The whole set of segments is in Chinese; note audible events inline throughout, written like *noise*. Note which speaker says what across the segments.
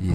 Speaker 1: 以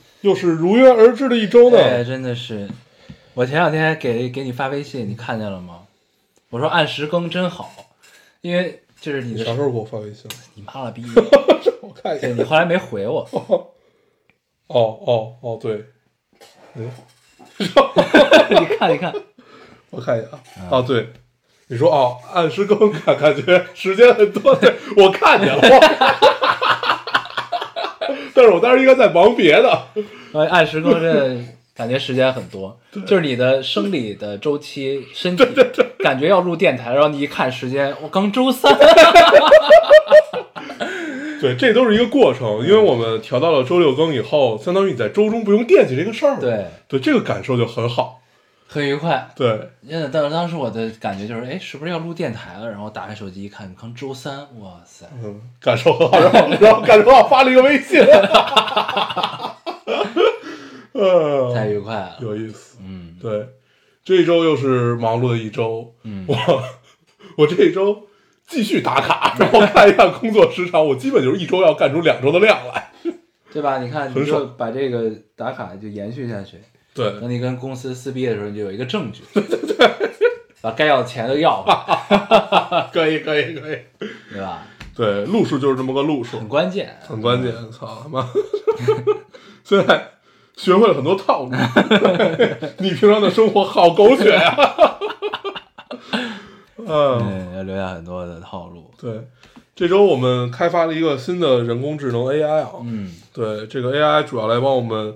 Speaker 2: 又是如约而至的一周
Speaker 1: 对，
Speaker 2: 呢。
Speaker 1: 真的是。我前两天还给给你发微信，你看见了吗？我说按时更真好，因为就是嗯你
Speaker 2: 你
Speaker 1: 的
Speaker 2: 啥时候给我发微信？ *laughs*
Speaker 1: 你妈了逼！
Speaker 2: 我看一
Speaker 1: 对
Speaker 2: 眼
Speaker 1: 你。后来没回 *laughs* 我，
Speaker 2: 哦哦哦，对，哎，
Speaker 1: 你看你看，
Speaker 2: 我看一眼啊。
Speaker 1: 嗯
Speaker 2: 啊，对，你说哦，按时更感感觉时间很多，
Speaker 1: *laughs*
Speaker 2: 对我看见了。 *laughs* 但是我当时应该在忙别的。
Speaker 1: 呃按时更真感觉时间很多，就是你的生理的周期，身体感觉要录电台，然后你一看时间，我刚周三，
Speaker 2: 对，这都是一个过程，因为我们调到了周六更以后，相当于你在周中不用惦记这个事儿
Speaker 1: *laughs*
Speaker 2: 了。
Speaker 1: 对，
Speaker 2: 对，这个感受就很好。
Speaker 1: 很愉快。
Speaker 2: 对，
Speaker 1: 真的，当当时我的感觉就是，哎，是不是要录电台了？然后打开手机一看，刚周三，哇塞！
Speaker 2: 嗯，感受很好，然后然 *laughs* 后感受好发了一个微信， *laughs*
Speaker 1: 太
Speaker 2: 呃，
Speaker 1: 愉快了。
Speaker 2: 有意思。
Speaker 1: 嗯
Speaker 2: 对，这一周又是忙碌的一周，
Speaker 1: 嗯
Speaker 2: 我我这一周继续打 *laughs* 卡，然后看一下工作时长，我基本就是一周要干出两周的量来。
Speaker 1: 对吧？你看，你
Speaker 2: 很
Speaker 1: 就
Speaker 2: 爽
Speaker 1: 把这个打卡就延续下去。
Speaker 2: 对，
Speaker 1: 等你跟公司撕逼的时候，你就有一个证据，把该要的钱都要了，
Speaker 2: *laughs* 可以可以可以，
Speaker 1: 对吧？
Speaker 2: 对，路数就是这么个路数
Speaker 1: 很，关键。
Speaker 2: 很关键。操他妈，现在学会了很多套路， *laughs* 你平常的生活好狗血呀、嗯，
Speaker 1: 嗯，要留下很多的套路。
Speaker 2: 对，这周我们开发了一个新的人工智能 AI 啊，
Speaker 1: 嗯，
Speaker 2: 对，这个 AI 主要来帮我们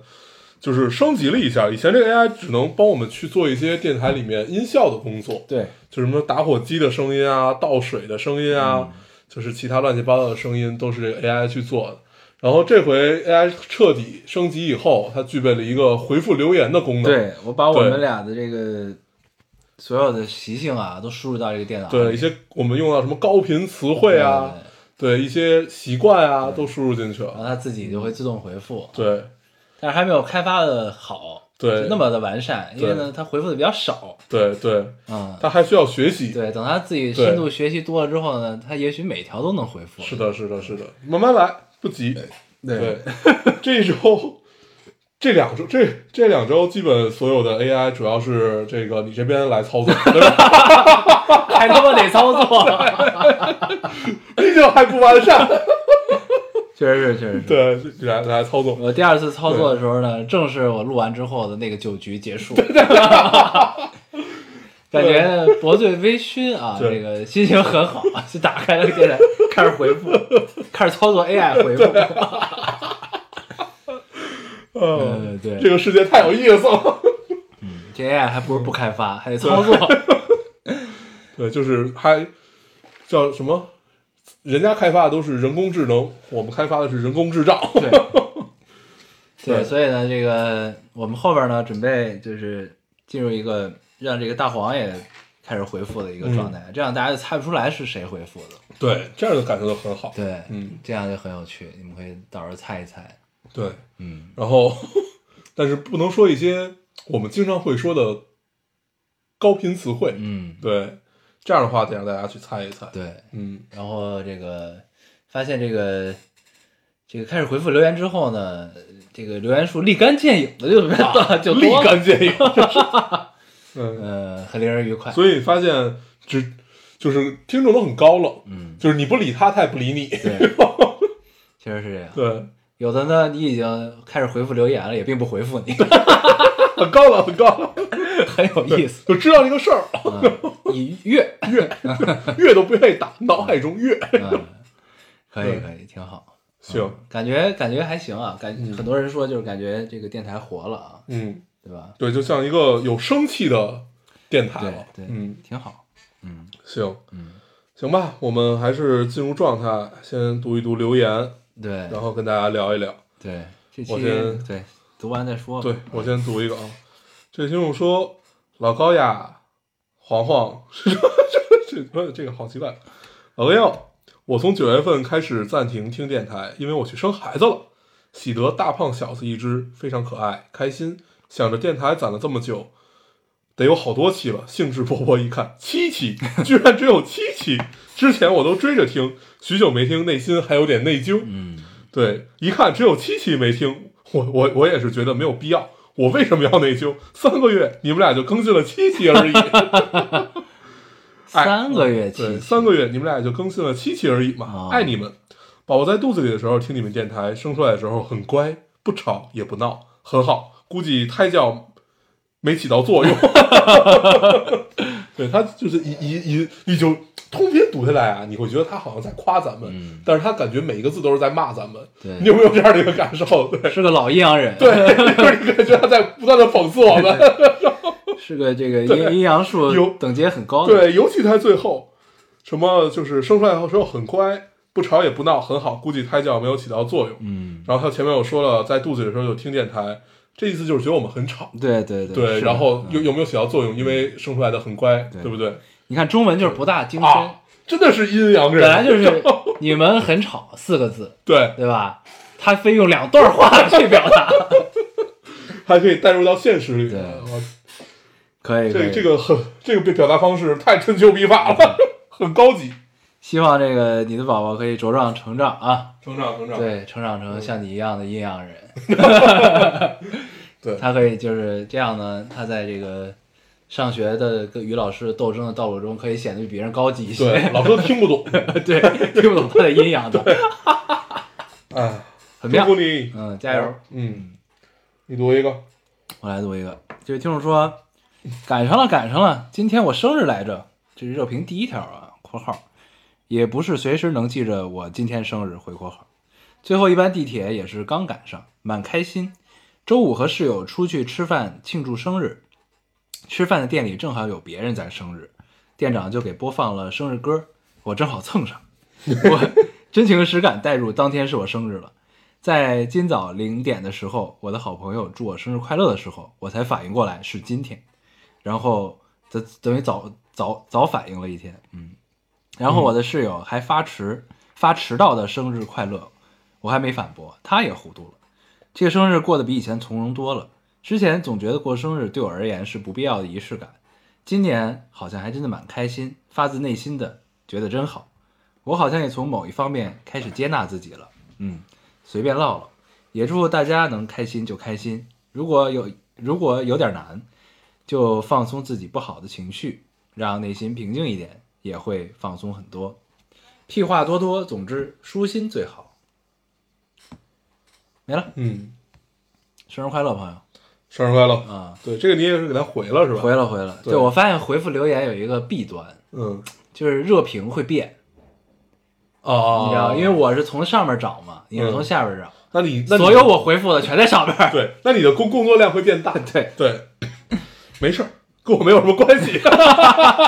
Speaker 2: 就是升级了一下，以前这个 AI 只能帮我们去做一些电台里面音效的工作，
Speaker 1: 对，
Speaker 2: 就是什么打火机的声音啊、倒水的声音啊，就是其他乱七八糟的声音都是这个 AI 去做的。然后这回 AI 彻底升级以后，它具备了一个回复留言的功能。
Speaker 1: 对我把我
Speaker 2: 嗯对
Speaker 1: 们俩的这个所有的习性啊，都输入到这个电脑。
Speaker 2: 对，一些我们用到什么高频词汇啊，
Speaker 1: 对，
Speaker 2: 对一些习惯啊，都输入进去
Speaker 1: 然
Speaker 2: 了。
Speaker 1: 后它自己就会自动回复，
Speaker 2: 对，
Speaker 1: 但是还没有开发的好，
Speaker 2: 对
Speaker 1: 就那么的完善，因为
Speaker 2: 对
Speaker 1: 呢，它回复的比较少。
Speaker 2: 对对，
Speaker 1: 嗯，
Speaker 2: 它还需要学习。
Speaker 1: 对，等它自己
Speaker 2: 对
Speaker 1: 深度学习多了之后呢，它也许每条都能回复。
Speaker 2: 是的，是的，是的，慢慢来，不急。
Speaker 1: 对，
Speaker 2: 对， *laughs* 这一周，这两周，这这两周，基本所有的 AI 主要是这个你这边来操作，对吧？
Speaker 1: 还他妈得操作，
Speaker 2: *laughs* 毕竟还不完善，
Speaker 1: 确实是，确实是。
Speaker 2: 对，来来操作。
Speaker 1: 我第二次操作的时候呢，正是我录完之后的那个酒局结束， *laughs* 感觉薄醉微醺啊，
Speaker 2: 对
Speaker 1: 这个心情很好， *laughs* 就打开了电脑，开始回
Speaker 2: *laughs*
Speaker 1: 复，开始操作 AI 回复，
Speaker 2: 嗯，
Speaker 1: 嗯，对，
Speaker 2: 这个世界太有意思了。 *laughs*
Speaker 1: 这 AI 还不如不开发，还得操作，
Speaker 2: 对，就是还叫什么？人家开发的都是人工智能，我们开发的是人工智障。 *laughs*
Speaker 1: 对，对，
Speaker 2: 对
Speaker 1: 所以呢，这个我们后边呢，准备就是进入一个让这个大黄也开始回复的一个状态，
Speaker 2: 嗯
Speaker 1: 这样大家就猜不出来是谁回复的。
Speaker 2: 对，这样的感受就很好。
Speaker 1: 对，
Speaker 2: 嗯，
Speaker 1: 这样就很有趣，你们可以到时候猜一猜。
Speaker 2: *laughs* 对，
Speaker 1: 嗯，
Speaker 2: 然后，但是不能说一些我们经常会说的高频词汇。
Speaker 1: 嗯，
Speaker 2: 对，这样的话得让大家去猜一猜。，
Speaker 1: 对。
Speaker 2: 嗯，
Speaker 1: 然后这个发现这个这个开始回复留言之后呢，这个留言数立竿见影的就 *laughs* 就
Speaker 2: 立
Speaker 1: 多了，
Speaker 2: 竿见影。 *laughs* 真是嗯，
Speaker 1: 呃，很令人愉快。
Speaker 2: 所以发现只就是听众都很高冷， *laughs*
Speaker 1: 嗯，
Speaker 2: 就是你不理他，他也不理你。
Speaker 1: 对，确实是这样。
Speaker 2: 对，
Speaker 1: 有的呢，你已经开始回复留言了，也并不回复你，
Speaker 2: 很高冷，很高冷，
Speaker 1: 很有意
Speaker 2: *laughs*
Speaker 1: 思。
Speaker 2: 就知道这个事儿，
Speaker 1: 嗯，你
Speaker 2: *laughs*
Speaker 1: 越
Speaker 2: 越越都不愿意打，脑海中越
Speaker 1: 嗯，可以
Speaker 2: 对
Speaker 1: 可以，挺好。
Speaker 2: 行。
Speaker 1: 嗯感觉感觉还行啊，感、
Speaker 2: 嗯
Speaker 1: 很多人说就是感觉这个电台活了啊，
Speaker 2: 嗯，
Speaker 1: 对吧？
Speaker 2: 对，就像一个有生气的电台了。
Speaker 1: 对对
Speaker 2: 嗯，
Speaker 1: 挺好。嗯
Speaker 2: 行。
Speaker 1: 嗯，
Speaker 2: 行吧，我们还是进入状态，先读一读留言，
Speaker 1: 对
Speaker 2: 然后跟大家聊一聊。
Speaker 1: 对，这期
Speaker 2: 我先
Speaker 1: 对读完再说吧。
Speaker 2: 对我先读一个啊，这位听众说老高呀，黄黄， *laughs* 这这这个好奇怪，老高要，我从九月份开始暂停听电台，因为我去生孩子了。喜得大胖小子一只，非常可爱，开心。想着电台攒了这么久，得有好多期了。兴致勃勃一看，七期，居然只有七期。之前我都追着听，许久没听，内心还有点内疚。
Speaker 1: 嗯，
Speaker 2: 对，一看只有七期没听，我我我也是觉得没有必要。我为什么要内疚？三个月你们俩就更新了七期
Speaker 1: *laughs*
Speaker 2: 而已，哎
Speaker 1: 三个月
Speaker 2: 对，
Speaker 1: 期，
Speaker 2: 三个月你们俩也就更新了七期而已嘛。
Speaker 1: 哦
Speaker 2: 爱你们，宝宝在肚子里的时候听你们电台，生出来的时候很乖，不吵也不闹，很好。估计胎教没起到
Speaker 1: *laughs*
Speaker 2: 作用。对他就是一一一你就通篇读下来啊，你会觉得他好像在夸咱们，
Speaker 1: 嗯
Speaker 2: 但是他感觉每一个字都是在骂咱们。
Speaker 1: 对
Speaker 2: 你有没有这样的一个感受？
Speaker 1: *laughs*
Speaker 2: 对。
Speaker 1: 是个老阴阳人，，
Speaker 2: 对，就是你感觉他在不断的讽刺我们。
Speaker 1: 是个这个阴阴阳
Speaker 2: 有
Speaker 1: 术等级很高的，，
Speaker 2: 对，尤其他最后，什么就是生出来后之后很乖，不吵也不闹，很好，估计胎教没有起到作用。
Speaker 1: 嗯，
Speaker 2: 然后他前面我说了，在肚子里的时候就听电台，这意思就是觉得我们很吵。
Speaker 1: 对对
Speaker 2: 对，
Speaker 1: 是的
Speaker 2: 然后
Speaker 1: 嗯
Speaker 2: 有有没有起到作用？因为生出来的很乖，
Speaker 1: 对
Speaker 2: 对不对？
Speaker 1: 你看中文就是博大精深
Speaker 2: 啊，，真的是阴阳人，
Speaker 1: 本来就是你们很吵四个字，
Speaker 2: *laughs* 对，
Speaker 1: 对吧？他非用两段话去表达，
Speaker 2: 还可以带入到现实里。
Speaker 1: 对
Speaker 2: 哇
Speaker 1: 可以，可
Speaker 2: 这
Speaker 1: 以
Speaker 2: 这个很这个表达方式太春秋笔法了， *laughs* 很高级。
Speaker 1: 希望这个你的宝宝可以茁壮成长啊，
Speaker 2: 成长，成长，
Speaker 1: 对，成长成像你一样的阴阳人。
Speaker 2: 对
Speaker 1: 他可以就是这样呢，他在这个上学的跟与老师斗争的道路中，可以显得比别人高级一
Speaker 2: 对，
Speaker 1: 些。
Speaker 2: 老师都听
Speaker 1: *laughs*
Speaker 2: 不懂。
Speaker 1: 对，听不懂他的阴阳的，
Speaker 2: 哎，
Speaker 1: 很
Speaker 2: 祝
Speaker 1: 妙
Speaker 2: 福。你，
Speaker 1: 嗯，加油！！
Speaker 2: 嗯，你读一个，
Speaker 1: 我来读一个，这位听众说，赶上了，赶上了，今天我生日来着。这是热评第一条啊，括号，也不是随时能记着我今天生日，回括号。最后一班地铁也是刚赶上，蛮开心。周五和室友出去吃饭庆祝生日，吃饭的店里正好有别人在生日，店长就给播放了生日歌，我正好蹭上，我 *laughs* 真情实感带入当天是我生日了。在今早零点的时候，我的好朋友祝我生日快乐的时候，我才反应过来是今天，然后等等于早早早反应了一天，嗯，然后我的室友还发迟发迟到的生日快乐，我还没反驳，他也糊涂了。这个生日过得比以前从容多了，之前总觉得过生日对我而言是不必要的仪式感，今年好像还真的蛮开心，发自内心的觉得真好，我好像也从某一方面开始接纳自己了，嗯。随便唠唠，也祝大家能开心就开心。如果有如果有点难，就放松自己不好的情绪，让内心平静一点，也会放松很多。屁话多多，总之舒心最好。没了，
Speaker 2: 嗯，
Speaker 1: 生日快乐，朋友
Speaker 2: 生日快乐！
Speaker 1: 啊！
Speaker 2: 对，这个你也是给他回了是吧？
Speaker 1: 回了回了，
Speaker 2: 对
Speaker 1: 对我发现回复留言有一个弊端，
Speaker 2: 嗯，
Speaker 1: 就是热评会变，
Speaker 2: 哦
Speaker 1: 你知道，因为我是从上面找嘛，你是从下面找，
Speaker 2: 那你那
Speaker 1: 嗯
Speaker 2: 你
Speaker 1: 所有我回复的全在上面儿。
Speaker 2: 对，那你的工工作量会变大。
Speaker 1: *laughs* 对， *laughs*
Speaker 2: 对，没事儿，跟我没有什么关系。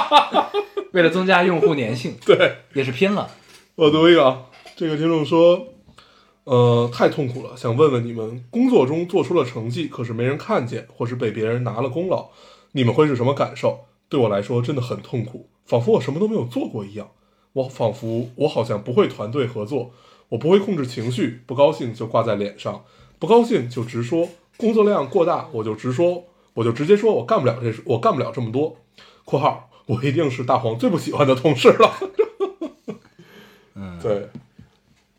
Speaker 2: *laughs*
Speaker 1: 为了增加用户粘性，
Speaker 2: 对
Speaker 1: 也是拼了。
Speaker 2: 我读一个啊，这个听众说，呃，太痛苦了，想问问你们，工作中做出了成绩，可是没人看见，或是被别人拿了功劳，你们会是什么感受？对我来说真的很痛苦，仿佛我什么都没有做过一样。我仿佛我好像不会团队合作，我不会控制情绪，不高兴就挂在脸上，不高兴就直说，工作量过大我就直说，我就直接说我干不了这，我干不了这么多。（括号我一定是大黄最不喜欢的同事了。）
Speaker 1: 嗯，
Speaker 2: 对，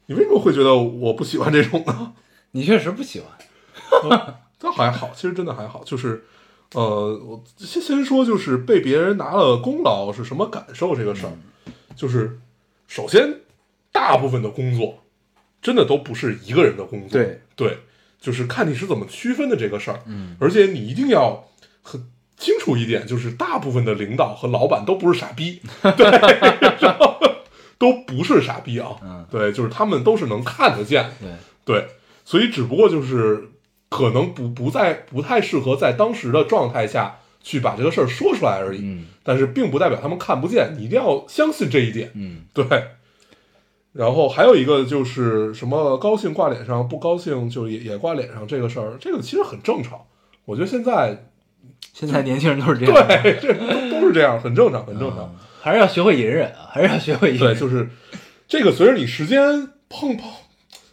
Speaker 2: 你为什么会觉得我不喜欢这种呢？ *laughs*
Speaker 1: 你确实不喜欢。
Speaker 2: 但还好，其实真的还好，就是，呃，我先先说就是被别人拿了功劳是什么感受这个事儿，
Speaker 1: 嗯
Speaker 2: 就是首先大部分的工作真的都不是一个人的工作，
Speaker 1: 对
Speaker 2: 对，就是看你是怎么区分的这个事儿，嗯，而且你一定要很清楚一点，就是大部分的领导和老板都不是傻逼，对， *laughs* 然后都不是傻逼啊，
Speaker 1: 嗯
Speaker 2: 对，就是他们都是能看得见的，
Speaker 1: 对，
Speaker 2: 对，所以只不过就是可能不不在不太适合在当时的状态下去把这个事儿说出来而已，
Speaker 1: 嗯
Speaker 2: 但是并不代表他们看不见，你一定要相信这一点。
Speaker 1: 嗯，
Speaker 2: 对，然后还有一个就是什么高兴挂脸上，不高兴就也也挂脸上这个事儿，这个其实很正常。我觉得现在
Speaker 1: 现在年轻人都是这样，
Speaker 2: 对这都都是这样，很正常，很正常。
Speaker 1: 还是要学会隐忍啊，还是要学会隐
Speaker 2: 对，
Speaker 1: 忍。
Speaker 2: 就是这个，随着你时间碰碰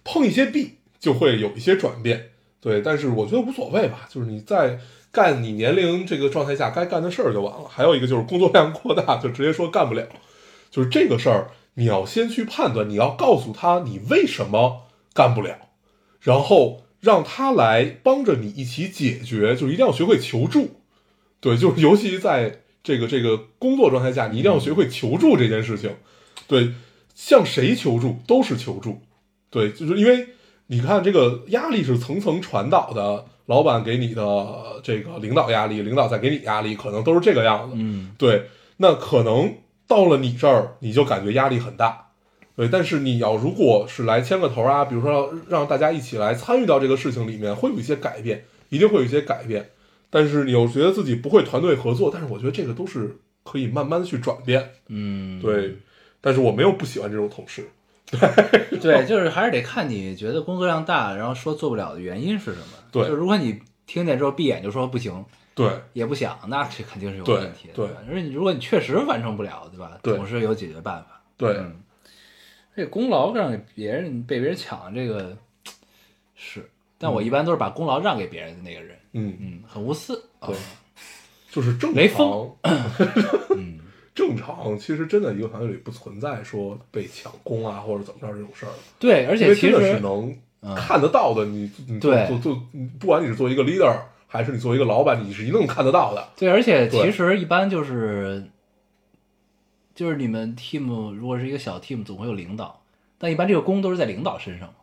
Speaker 2: 碰一些壁，就会有一些转变。对，但是我觉得无所谓吧，就是你在干你年龄这个状态下该干的事儿就完了。还有一个就是工作量扩大，就直接说干不了。就是这个事儿，你要先去判断，你要告诉他你为什么干不了，然后让他来帮着你一起解决。就是一定要学会求助。对，就是尤其在这个这个工作状态下，你一定要学会求助这件事情。对，向谁求助都是求助。对，就是因为你看这个压力是层层传导的，老板给你的呃这个领导压力，领导再给你压力，可能都是这个样子。
Speaker 1: 嗯，
Speaker 2: 对，那可能到了你这儿，你就感觉压力很大。对，但是你要如果是来牵个头啊，比如说让让大家一起来参与到这个事情里面，会有一些改变，一定会有一些改变。但是你又觉得自己不会团队合作，但是我觉得这个都是可以慢慢的去转变。
Speaker 1: 嗯，
Speaker 2: 对，但是我没有不喜欢这种同事。
Speaker 1: 对，就是还是得看你觉得工作量大，然后说做不了的原因是什么。
Speaker 2: 对
Speaker 1: 就如果你听见之后闭眼就说不行，
Speaker 2: 对
Speaker 1: 也不想，那这肯定是有
Speaker 2: 对
Speaker 1: 问题的。
Speaker 2: 对
Speaker 1: 吧，而且你如果你确实完成不了，对吧？
Speaker 2: 对
Speaker 1: 总是有解决办法。
Speaker 2: 对，
Speaker 1: 嗯，这功劳让给别人被别人抢，这个是，但我一般都是把功劳让给别人的那个人，
Speaker 2: 嗯，
Speaker 1: 嗯，很无私，啊
Speaker 2: 对，就是正
Speaker 1: 雷
Speaker 2: 常 *laughs*
Speaker 1: 锋。嗯，
Speaker 2: 正常，其实真的一个团队里不存在说被抢功啊或者怎么着这种事儿，
Speaker 1: 对，而
Speaker 2: 因
Speaker 1: 且
Speaker 2: 为
Speaker 1: 其
Speaker 2: 真的是
Speaker 1: 实
Speaker 2: 能
Speaker 1: 嗯
Speaker 2: 看得到的。你你做
Speaker 1: 对
Speaker 2: 做做，你不管你是做一个 leader 还是你做一个老板，你是一定能看得到的。
Speaker 1: 对，而且
Speaker 2: 对
Speaker 1: 其实一般就是就是你们 team 如果是一个小 team，总会有领导，但一般这个功都是在领导身上嘛，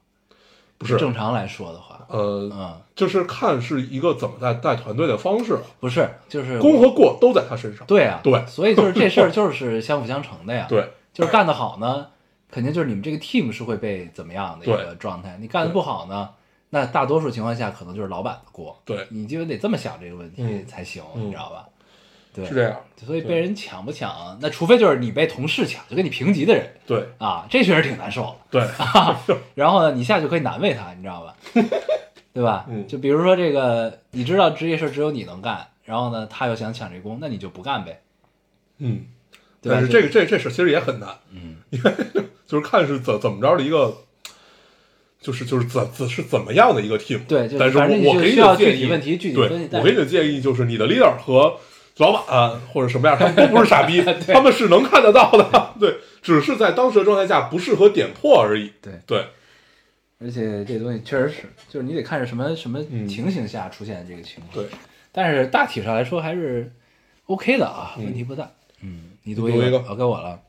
Speaker 2: 不是，
Speaker 1: 正常来说的话，
Speaker 2: 呃，
Speaker 1: 嗯，
Speaker 2: 就是看是一个怎么带带团队的方式，
Speaker 1: 不是，就是
Speaker 2: 功
Speaker 1: 我
Speaker 2: 和过都在他身上。
Speaker 1: 对啊，
Speaker 2: 对
Speaker 1: 所以就是这
Speaker 2: *laughs*
Speaker 1: 事儿就是相辅相成的呀，
Speaker 2: 对
Speaker 1: 就是干得好呢，肯定就是你们这个 team 是会被怎么样的一个
Speaker 2: 对
Speaker 1: 状态。你干得不好呢，那大多数情况下可能就是老板的锅，
Speaker 2: 对，
Speaker 1: 你就得这么想这个问题
Speaker 2: 嗯
Speaker 1: 才行，
Speaker 2: 嗯
Speaker 1: 你知道吧？对，
Speaker 2: 是这。样。
Speaker 1: 所以被
Speaker 2: 对
Speaker 1: 人抢不抢，那除非就是你被同事抢，就跟你平级的人
Speaker 2: 对
Speaker 1: 啊，这确实挺难受
Speaker 2: 对，
Speaker 1: 的。然后呢，你一下就可以难为他，你知道吧？ *laughs* 对吧？
Speaker 2: 嗯
Speaker 1: 就比如说这个，你知道这些事儿只有你能干，然后呢，他又想抢这工，那你就不干呗，
Speaker 2: 嗯，
Speaker 1: 对啊吧？
Speaker 2: 但是
Speaker 1: 就
Speaker 2: 这个这这事儿其实也很难，
Speaker 1: 嗯，
Speaker 2: 就是看是怎怎么着的一个，就是就是怎怎是怎么样的一个 team。
Speaker 1: 对就是
Speaker 2: 但是我
Speaker 1: 反正你
Speaker 2: 我
Speaker 1: 就
Speaker 2: 给你
Speaker 1: 需要
Speaker 2: 的建
Speaker 1: 具
Speaker 2: 议
Speaker 1: 体问题具体
Speaker 2: 对
Speaker 1: 分析但
Speaker 2: 我给你的建议就是你的 leader 和老板、或者什么样，他们都不是傻
Speaker 1: *laughs*
Speaker 2: 逼，他们是能看得到的， *laughs* 对，只是在当时的状态下不适合点破而已。
Speaker 1: 对。
Speaker 2: 对，
Speaker 1: 而且这东西确实是，就是你得看是什么什么
Speaker 2: 嗯
Speaker 1: 情形下出现这个情况。
Speaker 2: 对，
Speaker 1: 但是大体上来说还是 OK 的啊，
Speaker 2: 嗯
Speaker 1: 问题不大。嗯，你
Speaker 2: 读
Speaker 1: 读一
Speaker 2: 一个
Speaker 1: 我该我了。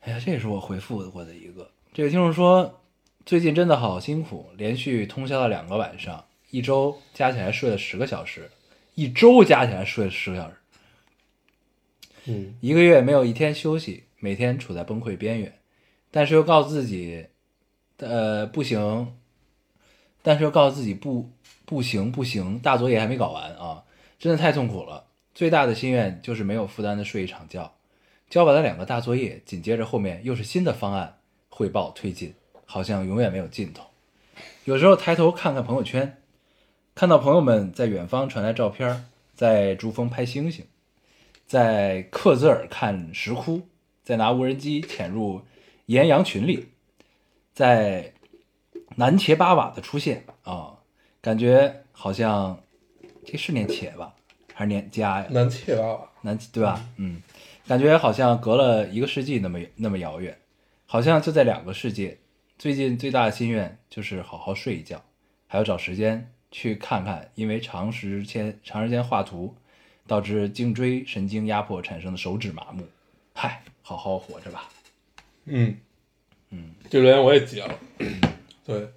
Speaker 1: 哎呀，这也是我回复过的一个。这个听众说，最近真的好辛苦，连续通宵了两个晚上，一周加起来睡了十个小时，一周加起来睡了十个小时，
Speaker 2: 嗯
Speaker 1: 一个月没有一天休息，每天处在崩溃边缘，但是又告诉自己，呃，不行，但是又告诉自己不不行不行，大作业还没搞完啊，真的太痛苦了。最大的心愿就是没有负担的睡一场觉，交完了两个大作业，紧接着后面又是新的方案汇报推进，好像永远没有尽头。有时候抬头看看朋友圈，看到朋友们在远方传来照片儿，在珠峰拍星星。在克孜尔看石窟，在拿无人机潜入岩羊群里，在南茄巴瓦的出现啊、感觉好像这是念茄吧，还是念加呀？
Speaker 2: 南切啊娃娃，
Speaker 1: 南对吧？嗯，感觉好像隔了一个世纪那么那么遥远，好像就在两个世界。最近最大的心愿就是好好睡一觉，还要找时间去看看，因为长时间长时间画图，导致颈椎神经压迫产生的手指麻木。嗨，好好活着吧。
Speaker 2: 嗯嗯，这留言我也截了，对，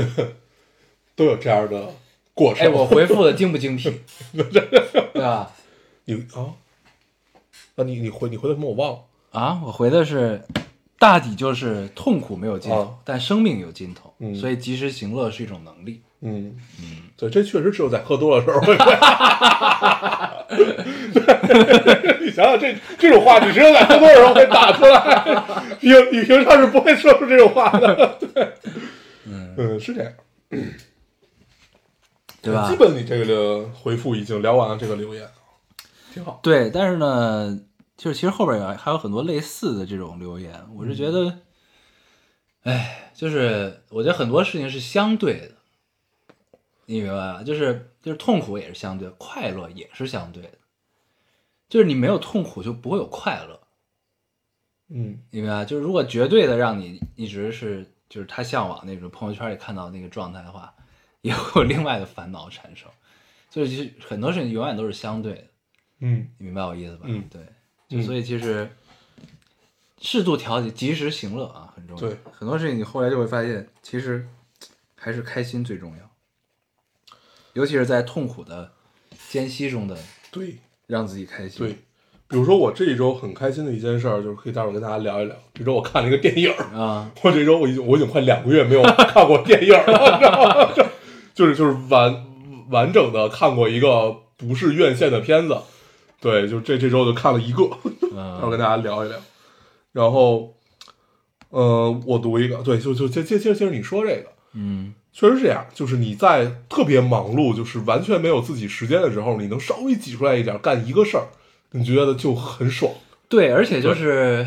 Speaker 2: *laughs* 都有这样的过程。
Speaker 1: 哎，我回复的精不精 *laughs* 辟？对吧？
Speaker 2: 你啊啊，你你回你回的什么我忘了。
Speaker 1: 啊，我回的是，大抵就是痛苦没有尽头，
Speaker 2: 啊
Speaker 1: 但生命有尽头，
Speaker 2: 嗯
Speaker 1: 所以及时行乐是一种能力。
Speaker 2: 嗯，对，这确实只有在喝多的时候会。 *laughs* 你想想这这种话，你知道在多少人会打出来？你你平常是不会说出这种话的。对，嗯是这样，
Speaker 1: 对吧
Speaker 2: 基？本你这个的回复已经聊完了这个留言，挺好。
Speaker 1: 对，但是呢，就是其实后边有还有很多类似的这种留言，我是觉得，哎、就是我觉得很多事情是相对的，你明白吧？就是就是痛苦也是相对，快乐也是相对的，就是你没有痛苦就不会有快乐，
Speaker 2: 嗯
Speaker 1: 你明白吧？就是如果绝对的让你一直是就是他向往那种朋友圈里看到那个状态的话，也会有另外的烦恼产生，所以其实很多事情永远都是相对的。
Speaker 2: 嗯，
Speaker 1: 你明白我意思吧？
Speaker 2: 嗯
Speaker 1: 对，
Speaker 2: 嗯
Speaker 1: 就所以其实适度调节，及时行乐啊，很重要。
Speaker 2: 对，
Speaker 1: 很多事情你后来就会发现，其实还是开心最重要，尤其是在痛苦的间隙中的
Speaker 2: 对
Speaker 1: 让自己开心。
Speaker 2: 对。比如说我这一周很开心的一件事儿，就是可以待会儿跟大家聊一聊。这周我看了一个电影儿，
Speaker 1: 啊，
Speaker 2: 我这周我已经我已经快两个月没有 *laughs* 看过电影了，知道吗？ *laughs* 就就是就是完完整的看过一个不是院线的片子，对，就这这周就看了一个，然后
Speaker 1: 嗯
Speaker 2: 跟大家聊一聊。然后，呃，我读一个，对，就就接接接接着你说这个，
Speaker 1: 嗯，
Speaker 2: 确实是这样，就是你在特别忙碌，就是完全没有自己时间的时候，你能稍微挤出来一点干一个事儿，你觉得就很爽。
Speaker 1: 对，而且就是，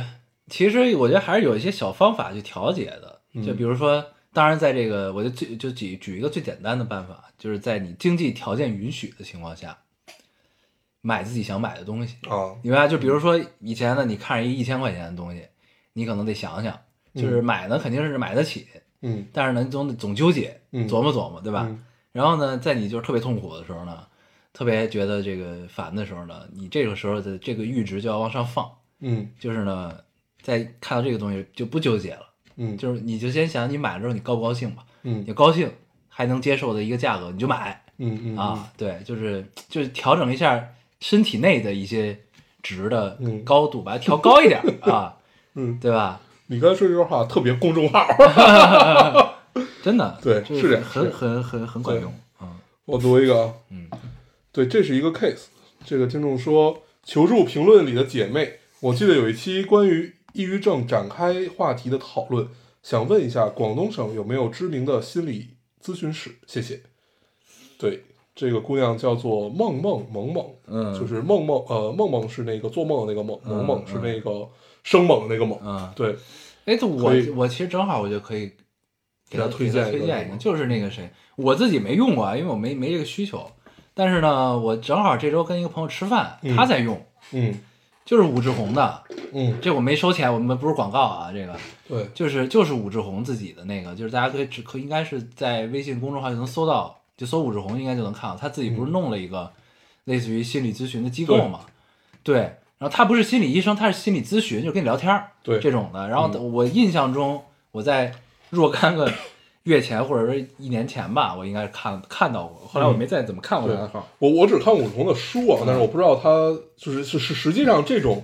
Speaker 1: 其实我觉得还是有一些小方法去调节的，就比如说。当然，在这个，我就最就举举一个最简单的办法，就是在你经济条件允许的情况下，买自己想买的东西。
Speaker 2: 啊，
Speaker 1: 明白？就比如说以前呢，你看上一一千块钱的东西，你可能得想想，就是买呢肯定是买得起，
Speaker 2: 嗯
Speaker 1: 但是呢你总得总纠结，
Speaker 2: 嗯
Speaker 1: 琢磨琢磨，对吧？
Speaker 2: 嗯
Speaker 1: 然后呢，在你就是特别痛苦的时候呢，特别觉得这个烦的时候呢，你这个时候的这个阈值就要往上放，
Speaker 2: 嗯
Speaker 1: 就是呢，在看到这个东西就不纠结了，
Speaker 2: 嗯，
Speaker 1: 就是你就先想你买了之后你高不高兴吧，
Speaker 2: 嗯
Speaker 1: 你高兴还能接受的一个价格你就买，
Speaker 2: 嗯嗯
Speaker 1: 啊，对，就是就是调整一下身体内的一些值的
Speaker 2: 嗯
Speaker 1: 高度，把它调高一点儿啊，
Speaker 2: 嗯，
Speaker 1: 对吧？
Speaker 2: 你刚才说这句话特别公众号。
Speaker 1: 真的，
Speaker 2: *laughs* 对
Speaker 1: 就是
Speaker 2: 这样
Speaker 1: 很
Speaker 2: 是
Speaker 1: 很很很管
Speaker 2: 对
Speaker 1: 用，嗯
Speaker 2: 我读一个啊，
Speaker 1: 嗯
Speaker 2: 对，这是一个 case。这个听众说，求助评论里的姐妹，我记得有一期关于抑郁症展开话题的讨论，想问一下广东省有没有知名的心理咨询室？谢谢。对，这个姑娘叫做梦梦萌萌，
Speaker 1: 嗯，
Speaker 2: 就是梦梦，呃，梦梦是那个做梦的那个梦，萌萌
Speaker 1: 嗯
Speaker 2: 是那个生猛的那个猛。
Speaker 1: 嗯，
Speaker 2: 对，
Speaker 1: 哎，这我
Speaker 2: 可以
Speaker 1: 我其实正好我就可以给
Speaker 2: 给他
Speaker 1: 他
Speaker 2: 推
Speaker 1: 给他
Speaker 2: 荐一
Speaker 1: 推
Speaker 2: 个
Speaker 1: 荐
Speaker 2: 是
Speaker 1: 一
Speaker 2: 吗
Speaker 1: 个，就是那个谁，我自己没用过啊，因为我没没这个需求，但是呢，我正好这周跟一个朋友吃饭，
Speaker 2: 嗯
Speaker 1: 他在用，
Speaker 2: 嗯
Speaker 1: 就是武志红的，
Speaker 2: 嗯，
Speaker 1: 这我没收钱，我们不是广告啊，这个。
Speaker 2: 对，
Speaker 1: 就是就是武志红自己的那个，就是大家可以只可应该是在微信公众号就能搜到，就搜武志红应该就能看到，他自己不是弄了一个类似于心理咨询的机构嘛？对，然后他不是心理医生，他是心理咨询，就跟你聊天儿，
Speaker 2: 对
Speaker 1: 这种的。然后我印象中，我在若干个月前或者说一年前吧，我应该看看到过，后来我没再怎么看过他的号。
Speaker 2: 我我只看过武桐的书啊，但是我不知道他就是是是实际上这种，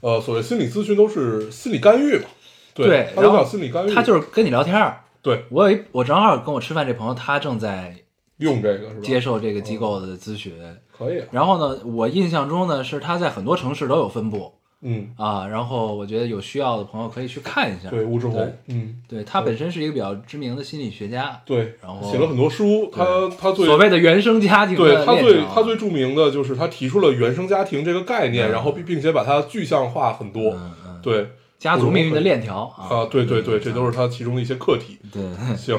Speaker 2: 呃，所谓心理咨询都是心理干预嘛，
Speaker 1: 对
Speaker 2: 他
Speaker 1: 然
Speaker 2: 都
Speaker 1: 后
Speaker 2: 叫心理干预，
Speaker 1: 他就是跟你聊天儿。
Speaker 2: 对
Speaker 1: 我有一我正好跟我吃饭这朋友，他正在
Speaker 2: 用这个是吧？
Speaker 1: 接受这个机构的咨询。
Speaker 2: 可以啊，
Speaker 1: 然后呢，我印象中呢是它在很多城市都有分布
Speaker 2: 嗯，
Speaker 1: 啊。然后我觉得有需要的朋友可以去看一下。
Speaker 2: 对，吴志
Speaker 1: 对
Speaker 2: 红，嗯，
Speaker 1: 对他本身是一个比较知名的心理学家，
Speaker 2: 对，
Speaker 1: 然后
Speaker 2: 写了很多书，他他最
Speaker 1: 所谓的原生家庭的
Speaker 2: 对他
Speaker 1: 链
Speaker 2: 最
Speaker 1: 条啊
Speaker 2: 他最著名的就是他提出了原生家庭这个概念，
Speaker 1: 嗯
Speaker 2: 然后并并且把它具象化很多，
Speaker 1: 嗯嗯，
Speaker 2: 对
Speaker 1: 家族命运的链条啊
Speaker 2: 啊，对对对，这都是他其中的一些课题。
Speaker 1: 对 *laughs*
Speaker 2: 行，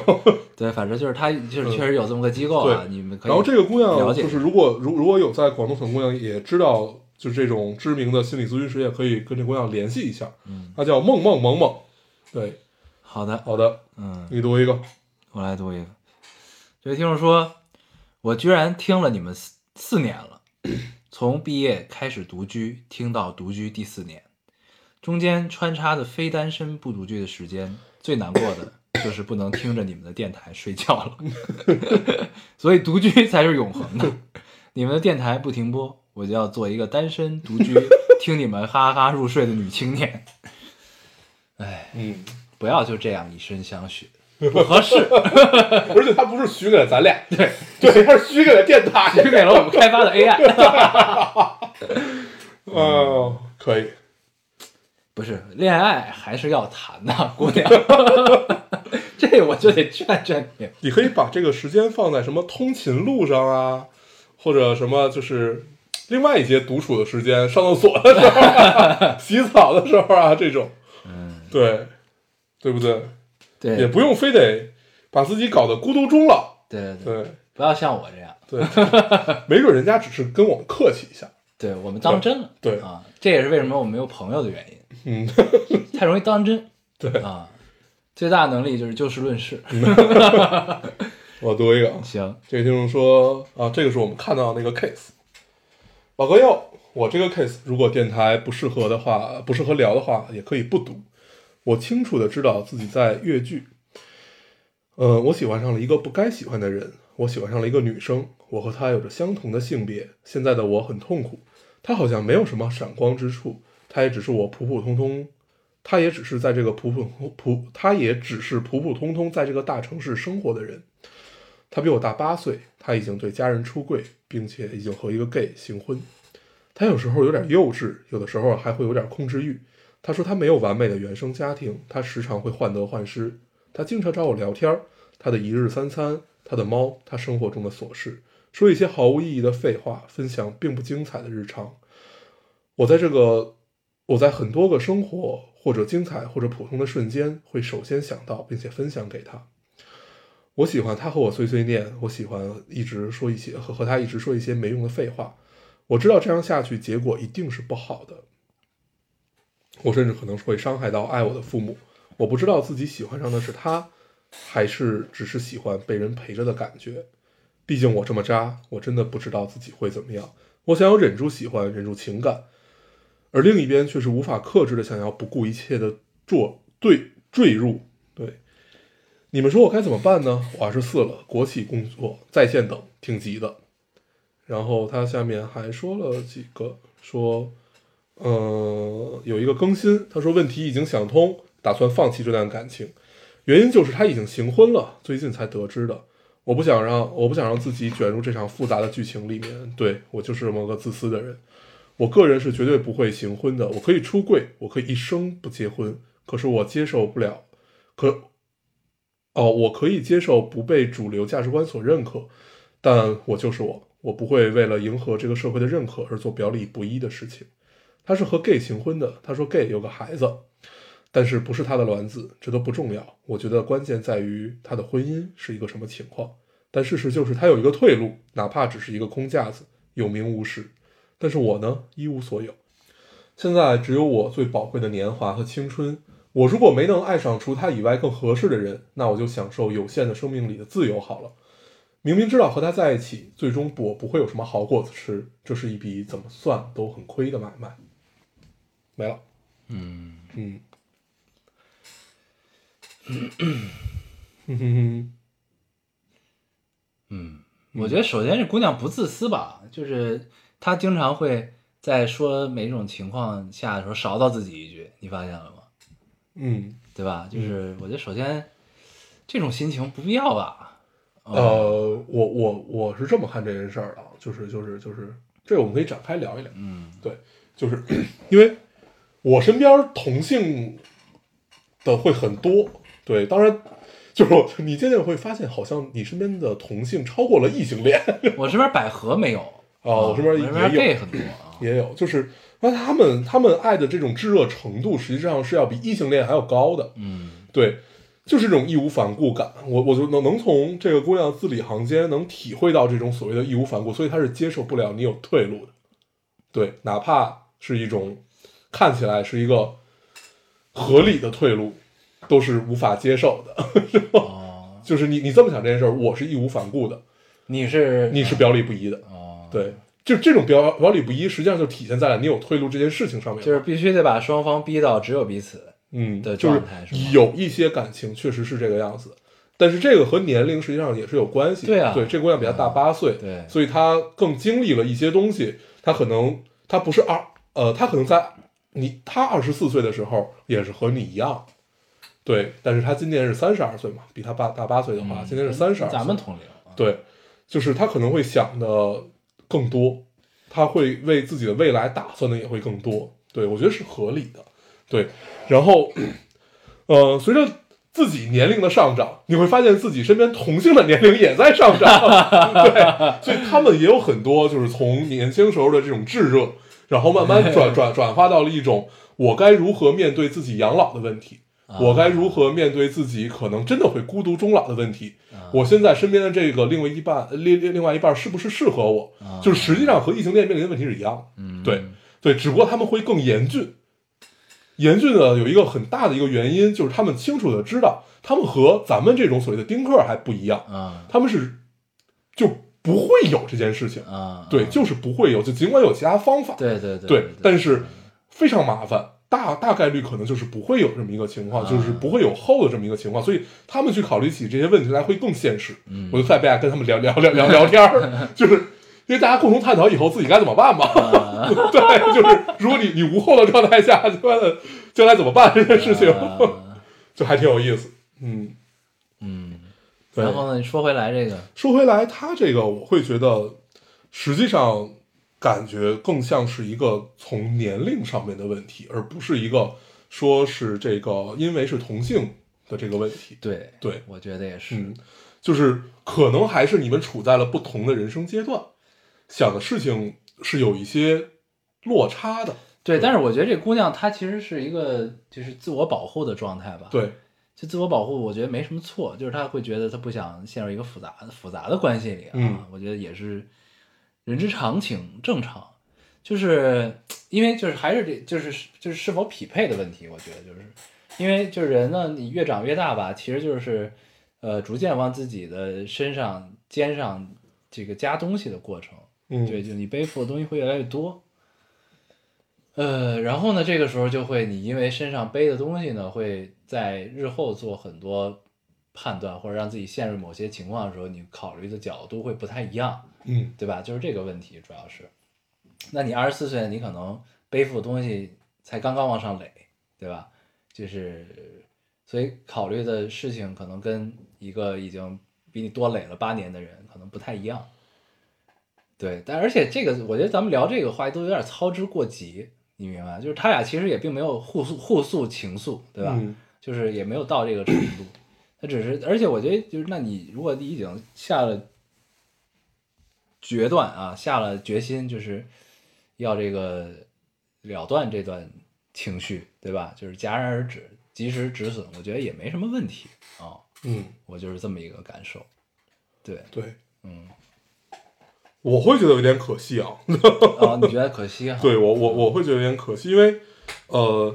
Speaker 1: 对，反正就是他就是确实有这么个机构啊，
Speaker 2: 嗯对
Speaker 1: 你们可以。
Speaker 2: 然后这个姑娘
Speaker 1: 了解
Speaker 2: 就是如果如如果有在广东省姑娘也知道，就是这种知名的心理咨询师，也可以跟这姑娘联系一下。
Speaker 1: 嗯，
Speaker 2: 她叫梦梦萌萌。对，
Speaker 1: 好的，
Speaker 2: 好的，
Speaker 1: 嗯，
Speaker 2: 你读一个。
Speaker 1: 我来读一个。这位听众说，我居然听了你们四四年了，从毕业开始独居，听到独居第四年，中间穿插的非单身不独居的时间，最难过的就是不能听着你们的电台睡觉了， *laughs* 所以独居才是永恒的。你们的电台不停播，我就要做一个单身独居，听你们哈哈哈入睡的女青年。
Speaker 2: 嗯，
Speaker 1: 不要就这样以身相许，不合适。
Speaker 2: 而且 *laughs* 她不是许给了咱俩， *laughs* 对 *laughs* 对，她是许给了电台。
Speaker 1: 许给了我们开发的 AI。
Speaker 2: 哦，可以，
Speaker 1: 不是恋爱还是要谈呐、
Speaker 2: *laughs*
Speaker 1: 姑娘，这我就得劝劝你。
Speaker 2: 你可以把这个时间放在什么通勤路上啊，或者什么就是另外一些独处的时间，上厕所的时候、啊、 *laughs* 洗澡的时候啊，这种，嗯，对，对不对？
Speaker 1: 对，
Speaker 2: 也不用非得把自己搞得孤独终老，
Speaker 1: 对对对，
Speaker 2: 对
Speaker 1: 不要像我这样，
Speaker 2: 对，没准人家只是跟我们客气一下，
Speaker 1: 对我们当真了。
Speaker 2: *laughs* 对
Speaker 1: 啊，这也是为什么我没有朋友的原因， *laughs*
Speaker 2: 嗯， *laughs*
Speaker 1: 太容易当真
Speaker 2: 对，
Speaker 1: 啊。最大能力就是就事论事。
Speaker 2: 嗯我读一个啊，
Speaker 1: 行，
Speaker 2: 这个听众说啊，这个是我们看到的那个 case。老哥要我这个 case，如果电台不适合的话，不适合聊的话，也可以不读。我清楚的知道自己在越剧。呃，我喜欢上了一个不该喜欢的人，我喜欢上了一个女生，我和她有着相同的性别。现在的我很痛苦，她好像没有什么闪光之处，她也只是我普普通通，她也只是在这个普普普，她也只是普普通通在这个大城市生活的人。他比我大八岁，他已经对家人出柜，并且已经和一个 gay 行婚。他有时候有点幼稚，有的时候还会有点控制欲。他说他没有完美的原生家庭，他时常会患得患失。他经常找我聊天儿，他的一日三餐，他的猫，他生活中的琐事，说一些毫无意义的废话，分享并不精彩的日常。我在这个，我在很多个生活或者精彩或者普通的瞬间，会首先想到并且分享给他。我喜欢他和我碎碎念，我喜欢一直说一些和和他一直说一些没用的废话。我知道这样下去结果一定是不好的，我甚至可能会伤害到爱我的父母。我不知道自己喜欢上的是他，还是只是喜欢被人陪着的感觉。毕竟我这么渣，我真的不知道自己会怎么样。我想要忍住喜欢，忍住情感，而另一边却是无法克制的想要不顾一切的做对坠入。对，你们说我该怎么办呢？我二十四了，国企工作，在线等，挺急的。然后他下面还说了几个，说，呃，有一个更新，他说问题已经想通，打算放弃这段感情，原因就是他已经行婚了，最近才得知的。我不想让我不想让自己卷入这场复杂的剧情里面，对我就是这么个自私的人。我个人是绝对不会行婚的，我可以出柜，我可以一生不结婚，可是我接受不了，可哦，我可以接受不被主流价值观所认可，但我就是我，我不会为了迎合这个社会的认可而做表里不一的事情。他是和 gay 行婚的，他说 gay 有个孩子，但是不是他的卵子，这都不重要。我觉得关键在于他的婚姻是一个什么情况。但事实就是他有一个退路，哪怕只是一个空架子，有名无实。但是我呢，一无所有。现在只有我最宝贵的年华和青春。我如果没能爱上除他以外更合适的人，那我就享受有限的生命里的自由好了。明明知道和他在一起，最终我不会有什么好果子吃，这是一笔怎么算都很亏的买卖。没了。嗯嗯。哼哼
Speaker 1: 嗯
Speaker 2: 嗯
Speaker 1: 我觉得首先这姑娘不自私吧，就是她经常会在说每种情况下的时候勺到自己一句，你发现了吗？
Speaker 2: 嗯，
Speaker 1: 对吧？就是我觉得首先这种心情不必要吧。哦，
Speaker 2: 呃，我我我是这么看这件事儿的啊，就是就是就是，这个我们可以展开聊一聊。
Speaker 1: 嗯，
Speaker 2: 对，就是 *clears throat* 因为我身边同性的会很多，对，当然就是我你渐渐会发现，好像你身边的同性超过了异性恋，
Speaker 1: 嗯我这边百合没有，
Speaker 2: 哦
Speaker 1: 啊
Speaker 2: 我这边
Speaker 1: 我
Speaker 2: 也
Speaker 1: 这边
Speaker 2: 有
Speaker 1: gay 很多啊。
Speaker 2: 也有，就是那他们他们爱的这种炙热程度，实际上是要比异性恋还要高的，
Speaker 1: 嗯
Speaker 2: 对，就是这种义无反顾感，我我就能能从这个姑娘字里行间能体会到这种所谓的义无反顾，所以她是接受不了你有退路的，对，哪怕是一种看起来是一个合理的退路，都是无法接受的。
Speaker 1: 哦，
Speaker 2: 就是你你这么想这件事儿，我是义无反顾的，
Speaker 1: 你是
Speaker 2: 你是表里不一的，
Speaker 1: 哦，
Speaker 2: 对，就这种表表里不一，实际上就体现在了你有退路这件事情上面了，
Speaker 1: 就是必须得把双方逼到只有彼此。
Speaker 2: 嗯
Speaker 1: 的
Speaker 2: 就是
Speaker 1: 状态是吗
Speaker 2: 有一些感情确实是这个样子，但是这个和年龄实际上也是有关系。
Speaker 1: 对啊嗯
Speaker 2: 对，这姑娘比他大八岁，
Speaker 1: 对
Speaker 2: 所以她更经历了一些东西。她可能她不是二，呃，她可能在你她二十四岁的时候也是和你一样，对，但是她今年是三十二岁嘛，比她爸大八岁的话，啊
Speaker 1: 嗯
Speaker 2: 今年是三十二，
Speaker 1: 啊咱们同龄啊。
Speaker 2: 对，就是她可能会想的更多，他会为自己的未来打算的也会更多。对我觉得是合理的。对，然后，呃，随着自己年龄的上涨，你会发现自己身边同性的年龄也在上涨。对，所以他们也有很多就是从年轻时候的这种炙热，然后慢慢转转转化到了一种我该如何面对自己养老的问题。
Speaker 1: 啊
Speaker 2: 我该如何面对自己可能真的会孤独终老的问题？
Speaker 1: 啊
Speaker 2: 我现在身边的这个另外一半，另另另外一半是不是适合我？就是实际上和异性恋面临的问题是一样的。
Speaker 1: 啊嗯，
Speaker 2: 对对，只不过他们会更严峻。严峻的有一个很大的一个原因，就是他们清楚的知道，他们和咱们这种所谓的丁克还不一样，
Speaker 1: 啊
Speaker 2: 他们是就不会有这件事情。
Speaker 1: 啊，
Speaker 2: 对，就是不会有，就尽管有其他方法，
Speaker 1: 对对对
Speaker 2: 对，但是非常麻烦，大大概率可能就是不会有这么一个情况，
Speaker 1: 啊
Speaker 2: 就是不会有后的这么一个情况，所以他们去考虑起这些问题来会更现实。
Speaker 1: 嗯
Speaker 2: 我就在北亚跟他们聊聊聊聊聊天
Speaker 1: *laughs*
Speaker 2: 儿，就是因为大家共同探讨以后自己该怎么办嘛。
Speaker 1: 嗯
Speaker 2: *laughs* 对，就是如果你你无后的状态下，将来的将来怎么办这件事情， *laughs*
Speaker 1: 啊
Speaker 2: 就还挺有意思。嗯，
Speaker 1: 嗯，
Speaker 2: 对
Speaker 1: 然后呢，你说回来这个，
Speaker 2: 说回来，他这个我会觉得，实际上感觉更像是一个从年龄上面的问题，而不是一个说是这个因为是同性的这个问题。
Speaker 1: 对
Speaker 2: 对，
Speaker 1: 我觉得也是，
Speaker 2: 嗯，就是可能还是你们处在了不同的人生阶段，想的事情是有一些落差的。
Speaker 1: 对，但是我觉得这姑娘她其实是一个就是自我保护的状态吧，，
Speaker 2: 对，
Speaker 1: 就自我保护，我觉得没什么错，就是她会觉得她不想陷入一个复杂复杂的关系里啊，
Speaker 2: 嗯
Speaker 1: 我觉得也是人之常情，正常，就是因为就是还是这就是就是是否匹配的问题，我觉得就是因为就是人呢，你越长越大吧，其实就是呃逐渐往自己的身上肩上这个加东西的过程，
Speaker 2: 嗯，
Speaker 1: 对，就你背负的东西会越来越多。呃，然后呢，这个时候就会你因为身上背的东西呢，会在日后做很多判断，或者让自己陷入某些情况的时候，你考虑的角度会不太一样，
Speaker 2: 嗯，
Speaker 1: 对吧？就是这个问题主要是，那你二十四岁，你可能背负的东西才刚刚往上垒，对吧？就是所以考虑的事情可能跟一个已经比你多垒了八年的人可能不太一样。对，但而且这个，我觉得咱们聊这个话题都有点操之过急，你明白吗？就是他俩其实也并没有互诉互诉情愫，对吧？
Speaker 2: 嗯
Speaker 1: 就是也没有到这个程度，他只是，而且我觉得就是，那你如果你已经下了决断啊，下了决心，就是要这个了断这段情绪，对吧？就是戛然而止，及时止损，我觉得也没什么问题啊、
Speaker 2: 嗯，
Speaker 1: 我就是这么一个感受。对，
Speaker 2: 对，
Speaker 1: 嗯，
Speaker 2: 我会觉得有点可惜啊。
Speaker 1: 啊，你觉得可惜哈？
Speaker 2: *laughs* 对我我我会觉得有点可惜，因为呃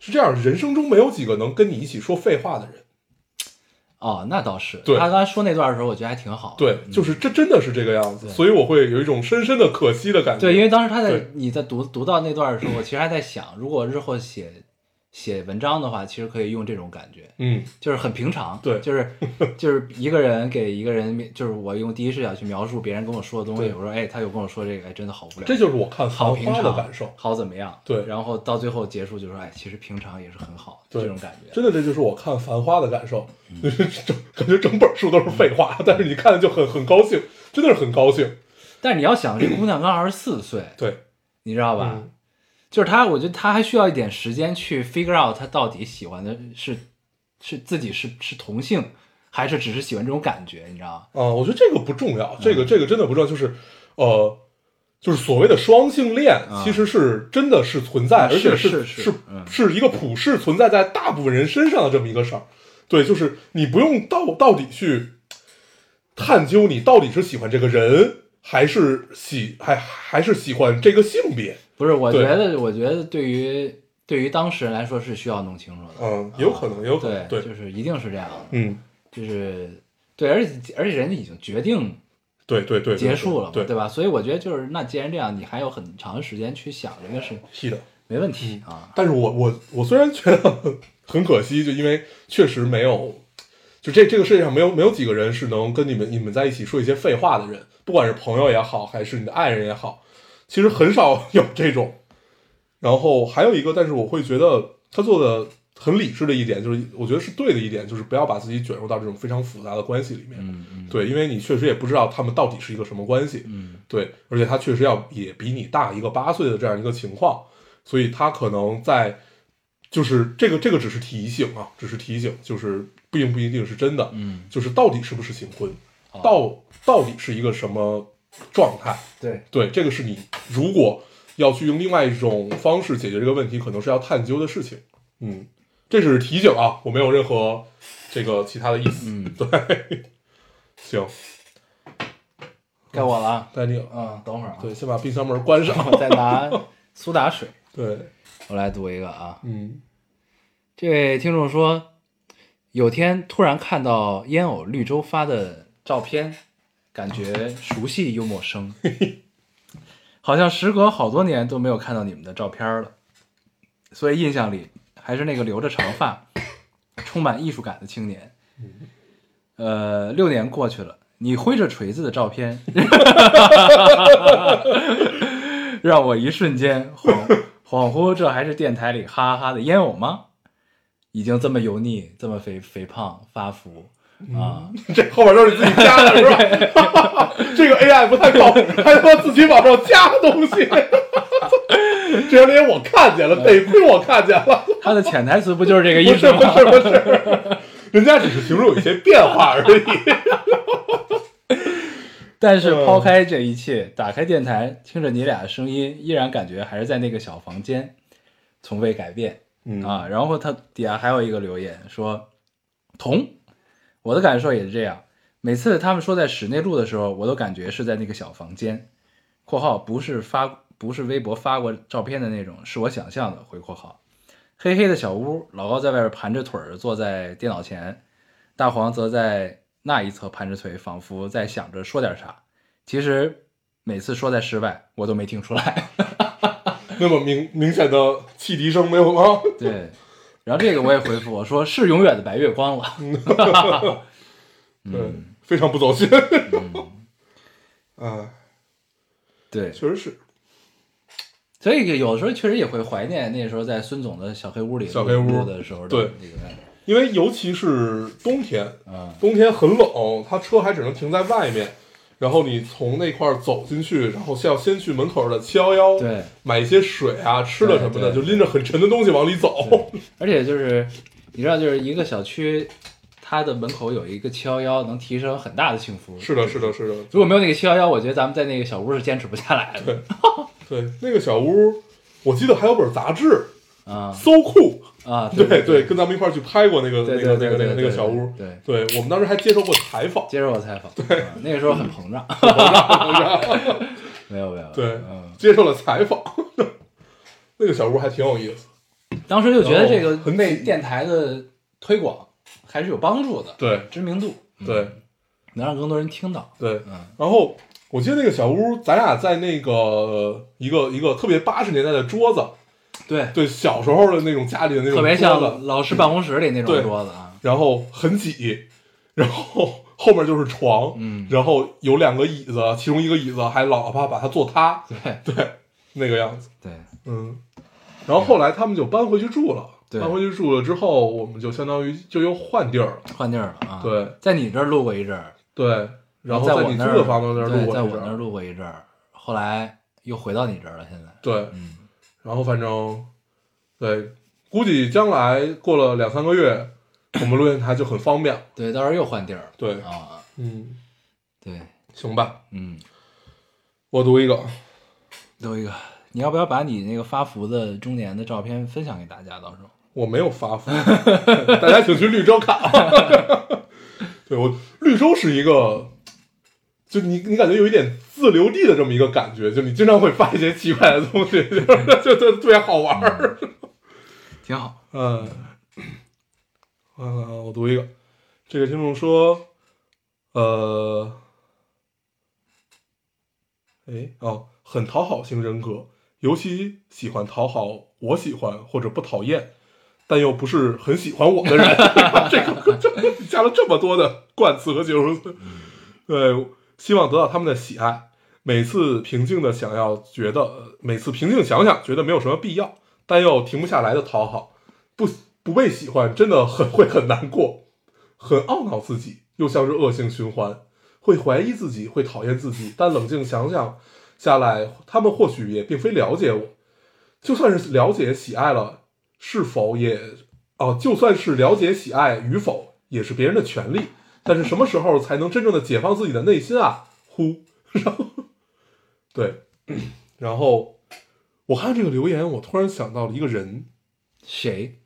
Speaker 2: 是这样，人生中没有几个能跟你一起说废话的人。
Speaker 1: 哦，那倒是。
Speaker 2: 对
Speaker 1: 他刚才说那段的时候，我觉得还挺好的。嗯
Speaker 2: 对，就是这真的是这个样子，
Speaker 1: 对
Speaker 2: 所以我会有一种深深的可惜的感觉。
Speaker 1: 对，因为当时他在
Speaker 2: 对
Speaker 1: 你在读读到那段的时候，我其实还在想，如果日后写写文章的话，其实可以用这种感觉，
Speaker 2: 嗯
Speaker 1: 就是很平常，
Speaker 2: 对
Speaker 1: 就是就是一个人给一个人，就是我用第一视角去描述别人跟我说的东西，
Speaker 2: 对
Speaker 1: 我说哎，他有跟我说这个，哎，真的好无聊，
Speaker 2: 这就是我看《
Speaker 1: 好
Speaker 2: 繁
Speaker 1: 平
Speaker 2: 花》
Speaker 1: 常
Speaker 2: 的感受。
Speaker 1: 好怎么样？
Speaker 2: 对
Speaker 1: 然后到最后结束就说，哎，其实平常也是很好的
Speaker 2: 对
Speaker 1: 这种感觉，
Speaker 2: 真的，这就是我看《繁花》的感受，
Speaker 1: 嗯
Speaker 2: *laughs* 整感觉整本书都是废话，但是你看就很很高兴，真的是很高兴。
Speaker 1: 但是你要想，这姑娘刚二十四岁，
Speaker 2: 对，
Speaker 1: 你知道吧？
Speaker 2: 嗯
Speaker 1: 就是他，我觉得他还需要一点时间去 figure out 他到底喜欢的是是自己是是同性，还是只是喜欢这种感觉，你知道吗？
Speaker 2: 啊、我觉得这个不重要，这
Speaker 1: 嗯
Speaker 2: 个这个真的不重要，就是，呃，就是所谓的双性恋，其实是真的是存在，
Speaker 1: 嗯
Speaker 2: 而
Speaker 1: 是
Speaker 2: 且
Speaker 1: 是是
Speaker 2: 是
Speaker 1: 嗯
Speaker 2: 是一个普世存在在大部分人身上的这么一个事儿。对，就是你不用到到底去探究你到底是喜欢这个人，还是喜还还是喜欢这个性别，
Speaker 1: 不是，我觉
Speaker 2: 对
Speaker 1: 得，我觉得对于对于当事人来说是需要弄清楚的，
Speaker 2: 嗯，有可能，有可
Speaker 1: 对
Speaker 2: 能，对，
Speaker 1: 就是一定是这样的，
Speaker 2: 嗯，
Speaker 1: 就是对，而且而且人家已经决定
Speaker 2: 对对对，对
Speaker 1: 结束了嘛，
Speaker 2: 对，
Speaker 1: 吧？所以我觉得就是，那既然这样，你还有很长的时间去想这个事，
Speaker 2: 是的。
Speaker 1: 没问题啊，
Speaker 2: 但是我我我虽然觉得很可惜，就因为确实没有，就这这个世界上没有没有几个人是能跟你们你们在一起说一些废话的人，不管是朋友也好，还是你的爱人也好，其实很少有这种。然后还有一个，但是我会觉得他做的很理智的一点，就是我觉得是对的一点，就是不要把自己卷入到这种非常复杂的关系里面。
Speaker 1: 嗯嗯
Speaker 2: 对，因为你确实也不知道他们到底是一个什么关系。
Speaker 1: 嗯
Speaker 2: 对，而且他确实要也比你大一个八岁的这样一个情况，所以他可能在就是这个这个只是提醒啊，只是提醒，就是并不一定是真的。
Speaker 1: 嗯，
Speaker 2: 就是到底是不是新婚，到到底是一个什么状态？
Speaker 1: 对，
Speaker 2: 对，这个是你如果要去用另外一种方式解决这个问题，可能是要探究的事情。嗯，这只是提醒啊，我没有任何这个其他的意思。
Speaker 1: 嗯，
Speaker 2: 行，
Speaker 1: 该我了啊。
Speaker 2: 丹尼尔，
Speaker 1: 嗯，等会儿啊，
Speaker 2: 对，先把冰箱门关上。 *laughs*
Speaker 1: 我再拿苏打水，
Speaker 2: 对，
Speaker 1: 我来读一个啊。
Speaker 2: 嗯
Speaker 1: 这位听众说，有天突然看到烟偶绿洲发的照片，感觉熟悉又陌生，好像时隔好多年都没有看到你们的照片了，所以印象里还是那个留着长发、充满艺术感的青年。呃，六年过去了，你挥着锤子的照片， *laughs* 让我一瞬间恍恍惚，这还是电台里哈哈哈的烟偶吗？已经这么油腻，这么肥肥胖发福
Speaker 2: 嗯
Speaker 1: 啊！
Speaker 2: 这后边都是你自己加的，是吧？这个 AI 不太靠谱，还他妈自己往上加东西，这连我看见了，得亏我看见了。
Speaker 1: 他的潜台词不就是这个
Speaker 2: *laughs* 不
Speaker 1: 意
Speaker 2: 是
Speaker 1: 思
Speaker 2: 不
Speaker 1: 吗？
Speaker 2: 是不是，人家只是形容有一些变化而已。
Speaker 1: 但是抛开这一切，打开电台，听着你俩的声音，依然感觉还是在那个小房间，从未改变。
Speaker 2: 嗯
Speaker 1: 啊，然后他底下还有一个留言说：“同，我的感受也是这样。每次他们说在室内录的时候，我都感觉是在那个小房间（括号不是发不是微博发过照片的那种，是我想象的）回括号，黑黑的小屋，老高在外边盘着腿儿坐在电脑前，大黄则在那一侧盘着腿，仿佛在想着说点啥。其实每次说在室外，我都没听出来。”
Speaker 2: 那么明明显的汽笛声没有吗？
Speaker 1: 对，然后这个我也回复我说是永远的白月光了。
Speaker 2: 嗯
Speaker 1: *laughs* 嗯
Speaker 2: 对，非常不走心。 *laughs* 哎，
Speaker 1: 对，
Speaker 2: 确实是
Speaker 1: 所以有的时候确实也会怀念那时候在孙总的小黑屋里
Speaker 2: 小黑屋
Speaker 1: 录的时候的
Speaker 2: 对
Speaker 1: 那个感觉。
Speaker 2: 因为尤其是冬天，
Speaker 1: 嗯
Speaker 2: 冬天很冷，他车还只能停在外面。然后你从那块儿走进去，然后先要先去门口的七幺幺，
Speaker 1: 对，
Speaker 2: 买一些水啊、吃的什么的，
Speaker 1: 对
Speaker 2: 就
Speaker 1: 对
Speaker 2: 拎着很沉的东西往里走。
Speaker 1: 而且就是你知道，就是一个小区，它的门口有一个七幺幺，能提升很大的幸福。
Speaker 2: *laughs* 是的，是的，是的。
Speaker 1: 如果没有那个七幺幺，我觉得咱们在那个小屋是坚持不下来的。
Speaker 2: 对，那个小屋，我记得还有本杂志《
Speaker 1: 啊
Speaker 2: So Cool》，
Speaker 1: 啊，
Speaker 2: 对
Speaker 1: 对，
Speaker 2: 跟咱们一块儿去拍过那个
Speaker 1: 对
Speaker 2: 那个
Speaker 1: 对
Speaker 2: 那个
Speaker 1: 对对
Speaker 2: 那个那个小屋，
Speaker 1: 对
Speaker 2: 对我们当时还接受过采访，
Speaker 1: 接受我采访。啊那个时候很膨胀。 *laughs* 没有没有。
Speaker 2: 对
Speaker 1: 嗯，，
Speaker 2: 接受了采访， *laughs* 那个小屋还挺有意思，
Speaker 1: 当时就觉得这
Speaker 2: 然
Speaker 1: 个
Speaker 2: 后哦很
Speaker 1: 对
Speaker 2: 紧
Speaker 1: 电台的推广还是有帮助的，
Speaker 2: 对
Speaker 1: 知名度
Speaker 2: 对
Speaker 1: 能让更多人听到。
Speaker 2: 对
Speaker 1: 嗯，
Speaker 2: 然后我记得那个小屋，咱俩在那个呃一个一个特别八十年代的桌子，
Speaker 1: 对，
Speaker 2: 对小时候的那种家里的那种
Speaker 1: 特别
Speaker 2: 桌
Speaker 1: 像
Speaker 2: 子，
Speaker 1: 老师办公室里那种
Speaker 2: 对
Speaker 1: 桌子啊。
Speaker 2: 然后很挤，然后后面就是床，
Speaker 1: 嗯
Speaker 2: 然后有两个椅子，其中一个椅子还老怕把它坐塌，
Speaker 1: 对
Speaker 2: 对，那个样子。
Speaker 1: 对，
Speaker 2: 嗯，然后后来他们就搬回去住了，
Speaker 1: 对
Speaker 2: 搬回去住了之后，我们就相当于就又换地儿了，
Speaker 1: 换地儿了啊。
Speaker 2: 对，
Speaker 1: 在你这儿录过一阵儿，
Speaker 2: 对，然后
Speaker 1: 在我
Speaker 2: 你租
Speaker 1: 那儿
Speaker 2: 的房子那儿
Speaker 1: 对
Speaker 2: 录过
Speaker 1: 在
Speaker 2: 一
Speaker 1: 我
Speaker 2: 阵
Speaker 1: 那儿
Speaker 2: 儿，
Speaker 1: 录过一阵儿，后来又回到你这儿了。现在，
Speaker 2: 对，
Speaker 1: 嗯，
Speaker 2: 然后反正对，估计将来过了两三个月， *clears throat* 我们录电台就很方便了，
Speaker 1: 对，到时候又换地儿了
Speaker 2: 对，
Speaker 1: 啊。
Speaker 2: 嗯，
Speaker 1: 对，
Speaker 2: 行吧，
Speaker 1: 嗯，
Speaker 2: 我读一个，
Speaker 1: 有一个，你要不要把你那个发福的中年的照片分享给大家？到时候，
Speaker 2: 我没有发福， *laughs* 大家请去绿洲看。 *laughs* 对我，绿洲是一个，就你你感觉有一点自留地的这么一个感觉，就你经常会发一些奇怪的东西， *laughs* 就是就就特别好玩儿。
Speaker 1: 挺好。
Speaker 2: 嗯，嗯，我读一个，这个听众说，呃，哎哦，很讨好型人格，尤其喜欢讨好我喜欢或者不讨厌，但又不是很喜欢我的人。 *laughs* 这个这个加了这么多的冠词和形容词，对，希望得到他们的喜爱。每次平静的想要觉得，呃每次平静想想觉得没有什么必要，但又停不下来的讨好，不不被喜欢真的很会很难过，很懊恼自己，又像是恶性循环，会怀疑自己，会讨厌自己。但冷静想想下来，他们或许也并非了解我，就算是了解喜爱了，是否也哦，就算是了解喜爱与否，也是别人的权利。但是什么时候才能真正的解放自己的内心啊？呼，然后 *clears throat* 对，然后我看这个留言，我突然想到了一个人
Speaker 1: 谁？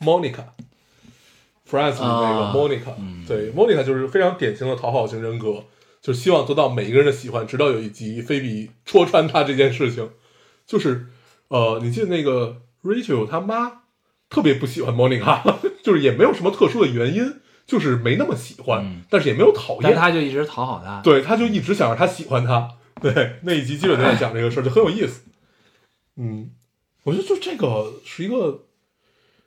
Speaker 2: ，Monica，Friends 里那个
Speaker 1: 啊
Speaker 2: Monica，、对，Monica 就是非常典型的讨好型人格，就是希望得到每一个人的喜欢，直到有一集菲比戳穿他这件事情，就是呃，你记得那个 Rachel 他妈特别不喜欢 Monica，就是 *laughs* 也没有什么特殊的原因，就是没那么喜欢，
Speaker 1: 嗯
Speaker 2: 但是也没有讨
Speaker 1: 但
Speaker 2: 厌，
Speaker 1: 他就一直讨好他。，
Speaker 2: 对，他就一直想让他喜欢他。对，那一集基本都在讲这个事儿，就很有意思。嗯，我觉得就这个是一个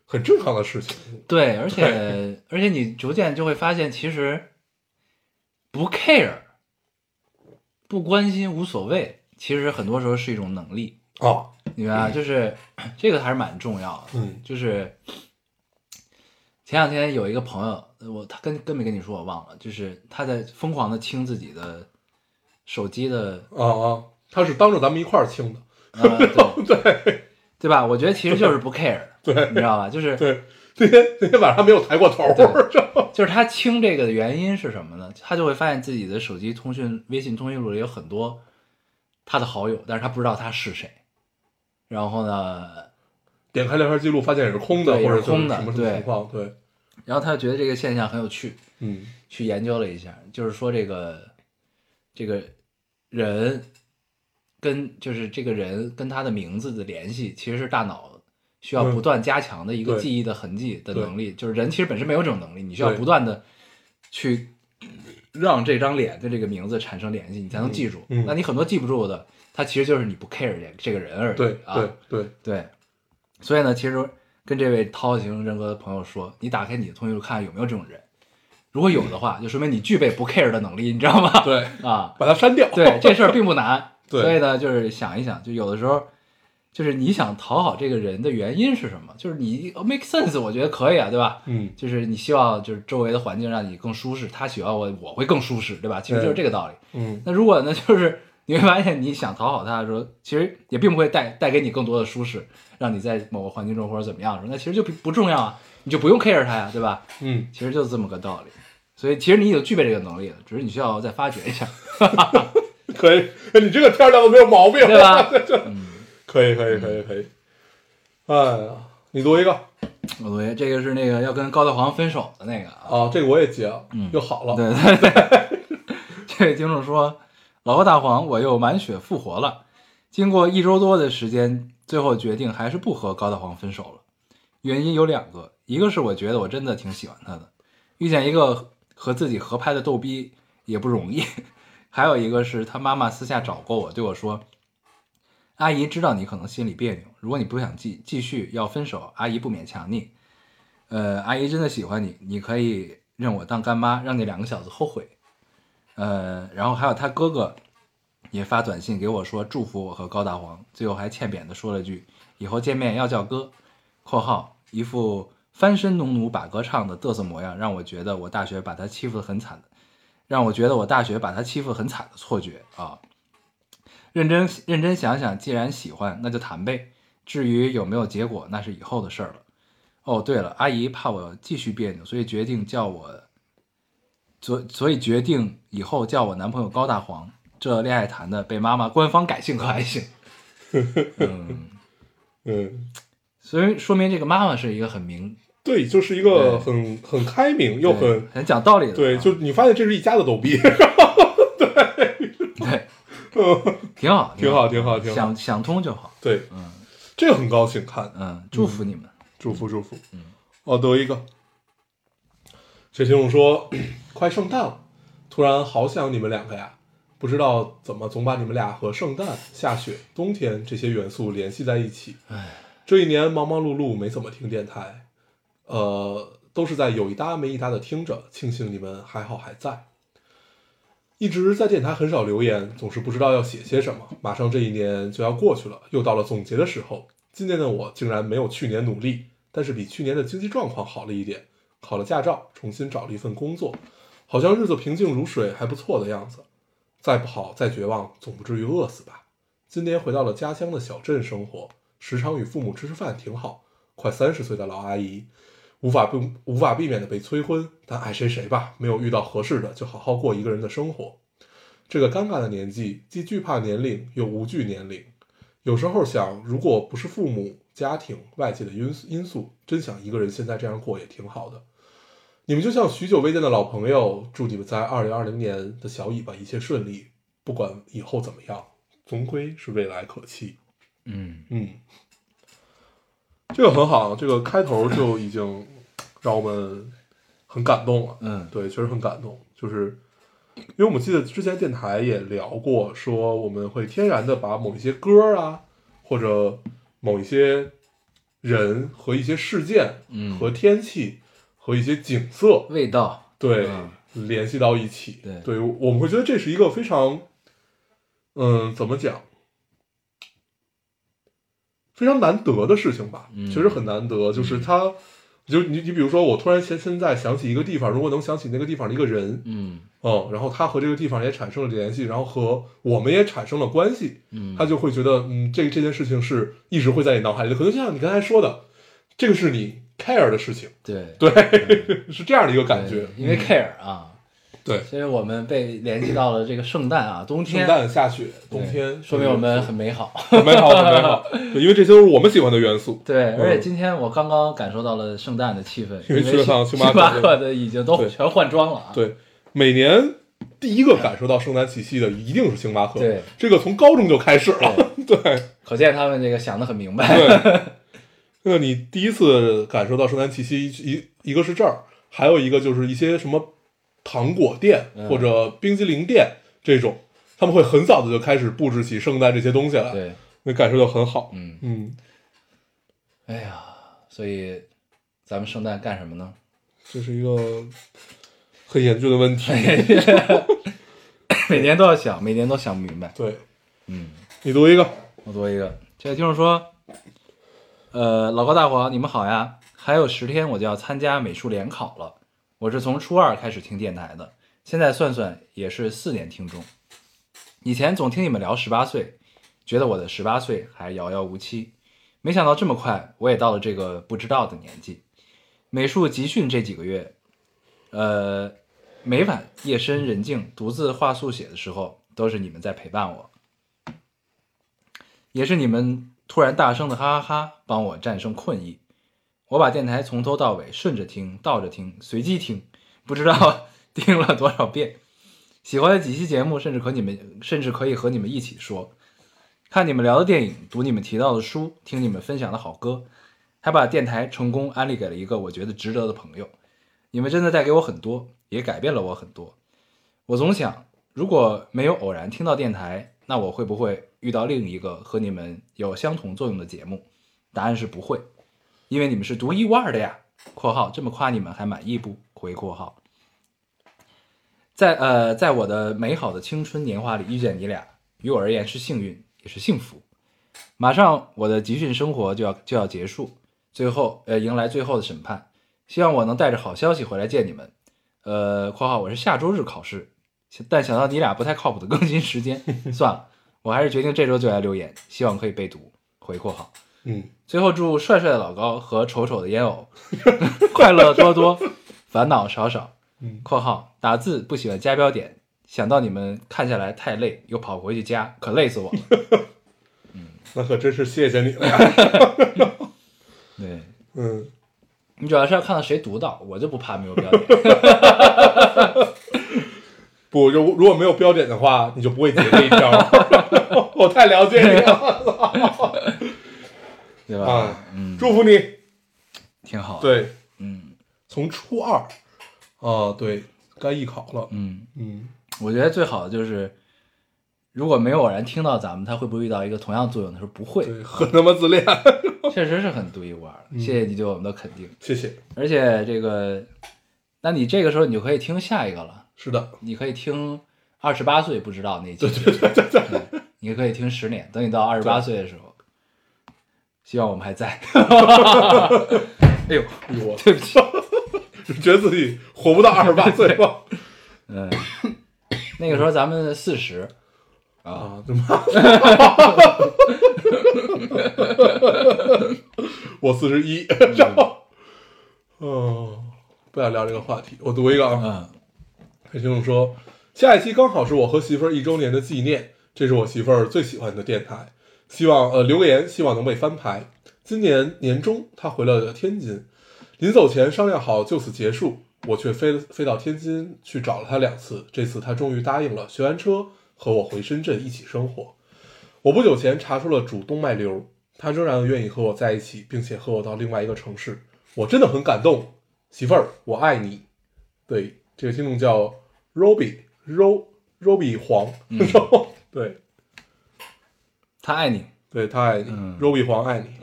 Speaker 2: 很正常的事情。
Speaker 1: 对，而且而且你逐渐就会发现，其实不 care、不关心、无所谓，其实很多时候是一种能力，
Speaker 2: 哦，
Speaker 1: 你明白吧？就是 *clears throat* 这个还是蛮重要的。*clears throat*
Speaker 2: 嗯
Speaker 1: 就是前两天有一个朋友，呃我他跟跟没跟你说我忘了，就是他在疯狂的清自己的手机的，
Speaker 2: 啊啊，
Speaker 1: 哦
Speaker 2: 他是当着咱们一块儿清的。
Speaker 1: 呃、
Speaker 2: *laughs*
Speaker 1: 对对对吧？我觉得其实就是不 care，
Speaker 2: 对
Speaker 1: 你知道吧？就是
Speaker 2: 对， *laughs* 那天那天晚上他没有抬过头儿，
Speaker 1: 对
Speaker 2: 知道吗
Speaker 1: 就是他清这个的原因是什么呢？他就会发现自己的手机通讯、微信通讯录里有很多他的好友，但是他不知道他是谁。然后呢，
Speaker 2: *laughs* 点开聊天记录发现也是空的，
Speaker 1: 对
Speaker 2: 或者
Speaker 1: 也是空的
Speaker 2: 什么什么
Speaker 1: 对
Speaker 2: 情况？对，
Speaker 1: 然后他就觉得这个现象很有趣，
Speaker 2: 嗯
Speaker 1: 去研究了一下，就是说这个这个人跟就是这个人跟他的名字的联系，其实是大脑需要
Speaker 2: 嗯
Speaker 1: 不断加强的一个
Speaker 2: 对
Speaker 1: 记忆的痕迹的
Speaker 2: 对
Speaker 1: 能力。就是人其实本身没有这种能力，你需要
Speaker 2: 对
Speaker 1: 不断的去让这张脸跟这个名字产生联系，你才能记住。
Speaker 2: 嗯嗯
Speaker 1: 那你很多记不住的，它其实就是你不 care 这这个人而已。
Speaker 2: 对
Speaker 1: 啊、
Speaker 2: 对对，
Speaker 1: 对，所以呢，其实跟这位掏型人格的朋友说，你打开你的通讯录看看有没有这种人，如果有的话，就说明你具备不 care 的能力，你知道吗？ *laughs*
Speaker 2: 对，
Speaker 1: 啊，
Speaker 2: 把它删掉。
Speaker 1: 对，这事儿并不难。
Speaker 2: 对
Speaker 1: 所以呢，就是想一想，就有的时候，就是你想讨好这个人的原因是什么？就是你哦 make sense，我觉得可以啊，对吧？
Speaker 2: *laughs* 嗯
Speaker 1: 就是你希望就是周围的环境让你更舒适，他喜欢我，我会更舒适，对吧？其实就是这个道理。
Speaker 2: 嗯，
Speaker 1: 那如果呢，就是你会发现，你想讨好他的时候，其实也并不会带带给你更多的舒适，让你在某个环境中或者怎么样的时候，那其实就不不重要啊，你就不用 care 他呀，对吧？
Speaker 2: 嗯，
Speaker 1: 其实就是这么个道理。所以其实你已经具备这个能力了，只是你需要再发掘一下，
Speaker 2: 可以，哎你这个天儿聊的没有毛病，
Speaker 1: 对吧？
Speaker 2: 可以可以可以可以。哎呀，你读一个
Speaker 1: 我同学，这个是那个要跟高大黄分手的那个啊。
Speaker 2: 啊，这个我也截了，又好了。
Speaker 1: 嗯对对对， *laughs* 这位听众说：“老高大黄，我又满血复活了。经过一周多的时间，最后决定还是不和高大黄分手了。原因有两个，一个是我觉得我真的挺喜欢他的，遇见一个和自己合拍的逗逼也不容易； *laughs* 还有一个是他妈妈私下找过我，对我说。”阿姨知道你可能心里别扭，如果你不想继继续要分手，阿姨不勉强你。呃，阿姨真的喜欢你，你可以认我当干妈，让那两个小子后悔。呃，然后还有他哥哥也发短信给我说祝福我和高大黄，最后还欠扁的说了句以后见面要叫哥（括号一副翻身农奴把歌唱的嘚瑟模样），让我觉得我大学把他欺负的很惨的，让我觉得我大学把他欺负得很惨的错觉啊。认真认真想想，既然喜欢，那就谈呗。至于有没有结果，那是以后的事儿了。哦，对了，阿姨怕我继续别扭，所以决定叫我，所所以决定以后叫我男朋友高大黄。这恋爱谈的被妈妈官方改姓可还行，嗯，
Speaker 2: 嗯，
Speaker 1: 所以说明这个妈妈是一个很明
Speaker 2: 对，就是一个很很开明又
Speaker 1: 对
Speaker 2: 很
Speaker 1: 很讲道理的啊，
Speaker 2: 对， *laughs* 就你发现这是一家子逗逼，
Speaker 1: 对，挺好，
Speaker 2: 嗯 *laughs* 挺好挺好挺好
Speaker 1: 想想通就好，
Speaker 2: *laughs* 对，这个很高兴看，
Speaker 1: 嗯，祝福你们，
Speaker 2: 祝福祝福。哦，得一个。这听众说， *clears throat* 快圣诞了，突然好想你们两个呀！不知道怎么总把你们俩和圣诞、下雪、冬天这些元素联系在一起。这一年忙忙碌碌，没怎么听电台，呃，都是在有一搭没一搭的听着，庆幸你们还好还在。一直在电台很少留言，总是不知道要写些什么。马上这一年就要过去了，又到了总结的时候。今年的我竟然没有去年努力，但是比去年的经济状况好了一点，考了驾照，重新找了一份工作，好像日子平静如水，还不错的样子。再不好，再绝望，总不至于饿死吧？今年回到了家乡的小镇生活，时常与父母吃吃饭，挺好。快三十岁的老阿姨，无法不无法避免的被催婚，但爱谁谁吧，没有遇到合适的，就好好过一个人的生活。这个尴尬的年纪，既惧怕年龄，又无惧年龄。有时候想，如果不是父母、家庭、外界的因素因素，真想一个人现在这样过也挺好的。你们就像许久未见的老朋友，祝你们在二零二零年的小尾巴一切顺利，不管以后怎么样，总归是未来可期。
Speaker 1: 嗯，
Speaker 2: 嗯，这个很好，这个开头就已经让我们很感动了。
Speaker 1: 嗯
Speaker 2: 对，确实很感动，就是因为我们记得之前电台也聊过，说我们会天然的把某一些歌啊，或者某一些人和一些事件、
Speaker 1: 嗯
Speaker 2: 和天气和一些景色，
Speaker 1: 味道，
Speaker 2: 对，
Speaker 1: 嗯
Speaker 2: 联系到一起。
Speaker 1: 对
Speaker 2: 我们会觉得这是一个非常，嗯，怎么讲，非常难得的事情吧？
Speaker 1: 嗯
Speaker 2: 确实很难得，就是它，就你你比如说，我突然现现在想起一个地方，如果能想起那个地方的一个人，
Speaker 1: 嗯
Speaker 2: 嗯，然后他和这个地方也产生了联系，然后和我们也产生了关系，
Speaker 1: 嗯，
Speaker 2: 他就会觉得，嗯，这这件事情是一直会在你脑海里的，可能就像你刚才说的，这个是你 care 的事情，
Speaker 1: 对嗯
Speaker 2: *laughs* 对，是这样的一个感觉
Speaker 1: 对，因为
Speaker 2: 嗯
Speaker 1: care 啊，
Speaker 2: 对。
Speaker 1: 所以我们被联系到了这个圣诞啊，冬天，
Speaker 2: 圣诞、下雪、
Speaker 1: 对
Speaker 2: 冬天，
Speaker 1: 说明我们很美好。
Speaker 2: 很美好，很美好。对，因为这些都是我们喜欢的元素。
Speaker 1: *laughs* 对，
Speaker 2: 嗯
Speaker 1: 而且今天我刚刚感受到了圣诞的气氛，
Speaker 2: 因为
Speaker 1: 因
Speaker 2: 去了趟
Speaker 1: 星
Speaker 2: 星巴
Speaker 1: 巴
Speaker 2: 克
Speaker 1: 克的已经都
Speaker 2: 对
Speaker 1: 全换装了啊。
Speaker 2: 对，每年第一个感受到圣诞气息的一定是星巴克。
Speaker 1: 对，
Speaker 2: 这个从高中就开始了。对，
Speaker 1: 可见他们这个想的很明白。
Speaker 2: 对。那你第一次感受到圣诞气息，一一一个是这儿，还有一个就是一些什么糖果店
Speaker 1: 嗯
Speaker 2: 或者冰激凌店这种，他们会很早的就开始布置起圣诞这些东西来，
Speaker 1: *laughs* 对，
Speaker 2: 那感受就很好。
Speaker 1: 嗯，
Speaker 2: 嗯，
Speaker 1: 哎呀，所以咱们圣诞干什么呢？
Speaker 2: 这是一个很严峻的问题。
Speaker 1: *laughs* 每年都要想，每年都想不明白。
Speaker 2: 对，
Speaker 1: 嗯，
Speaker 2: 你读一个。
Speaker 1: 我读一个，这位听众说，呃，老高大黄，你们好呀！还有十天我就要参加美术联考了，我是从初二开始听电台的，现在算算也是四年听众。以前总听你们聊十八岁，觉得我的十八岁还遥遥无期，没想到这么快我也到了这个不知道的年纪。美术集训这几个月，呃，每晚夜深人静独自画速写的时候，都是你们在陪伴我。也是你们突然大声的哈哈哈帮我战胜困意。我把电台从头到尾顺着听、倒着听、随机听，不知道 *laughs* 听了多少遍。喜欢的几期节目，甚至和你们，甚至可以和你们一起说。看你们聊的电影，读你们提到的书，听你们分享的好歌，还把电台成功安利给了一个我觉得值得的朋友。你们真的带给我很多，也改变了我很多。我总想，如果没有偶然听到电台，那我会不会遇到另一个和你们有相同作用的节目？答案是不会，因为你们是独一无二的呀。（括号这么夸你们还满意不？）回括号。在呃，在我的美好的青春年华里遇见你俩，于我而言是幸运，也是幸福。马上我的集训生活就要就要结束，最后呃迎来最后的审判。希望我能带着好消息回来见你们。呃，（括号我是下周日考试，但想到你俩不太靠谱的更新时间， *laughs* 算了，我还是决定这周就来留言，希望可以被读。回括号。
Speaker 2: 嗯，
Speaker 1: 最后祝帅帅的老高和丑丑的烟偶 *laughs* 快乐多多，烦恼少少。
Speaker 2: 嗯
Speaker 1: 括号打字不喜欢加标点，想到你们看下来太累，又跑回去加，可累死我了。
Speaker 2: *laughs* 那可真是谢谢你了呀。
Speaker 1: 对
Speaker 2: 嗯，
Speaker 1: 你主要是要看到谁读到，我就不怕没有标
Speaker 2: *laughs*
Speaker 1: 点。
Speaker 2: 不，如如果没有标点的话，你就不会截这一 *laughs* 条。我太了解你了 *laughs*
Speaker 1: 对吧？嗯
Speaker 2: 啊！祝福你。
Speaker 1: 挺好。，
Speaker 2: 对，
Speaker 1: 嗯
Speaker 2: 从初二，啊，对，该艺考了。
Speaker 1: 嗯，
Speaker 2: 嗯，
Speaker 1: 我觉得最好的就是，如果没有偶然听到咱们，他会不会遇到一个同样作用的？他说不会，
Speaker 2: 对，很他妈自恋。
Speaker 1: 确实是很独一无二的。
Speaker 2: 嗯
Speaker 1: 谢谢你对我们的肯定，
Speaker 2: 谢谢。
Speaker 1: 而且这个，那你这个时候你就可以听下一个了，
Speaker 2: 是的，
Speaker 1: 你可以听二十八岁不嗯知道那期，对对对对对，你可以听十年，等你到二十八岁的时候，希望我们还在。 *laughs* 哎呦，
Speaker 2: 哎呦我
Speaker 1: 对不起，
Speaker 2: 觉得自己活不到二十八岁吗？
Speaker 1: 嗯，那个时候咱们四十，
Speaker 2: 啊，怎么？ *laughs* 我四十一，嗯，不想聊这个话题。我读一个啊，
Speaker 1: 嗯
Speaker 2: 裴先生说，下一期刚好是我和媳妇儿一周年的纪念，这是我媳妇儿最喜欢的电台，希望呃留个言，希望能被翻牌。今年年中，她回了天津，临走前商量好就此结束，我却飞飞到天津去找了她两次，这次她终于答应了，学完车和我回深圳一起生活。我不久前查出了主动脉瘤，她仍然愿意和我在一起，并且和我到另外一个城市，我真的很感动，媳妇儿，我爱你。对，这个听众叫 Roby Ro Roby 黄，
Speaker 1: 嗯
Speaker 2: 然后 *laughs* 对
Speaker 1: 他爱你，
Speaker 2: 对，他爱你、
Speaker 1: 嗯
Speaker 2: Roby 黄爱你。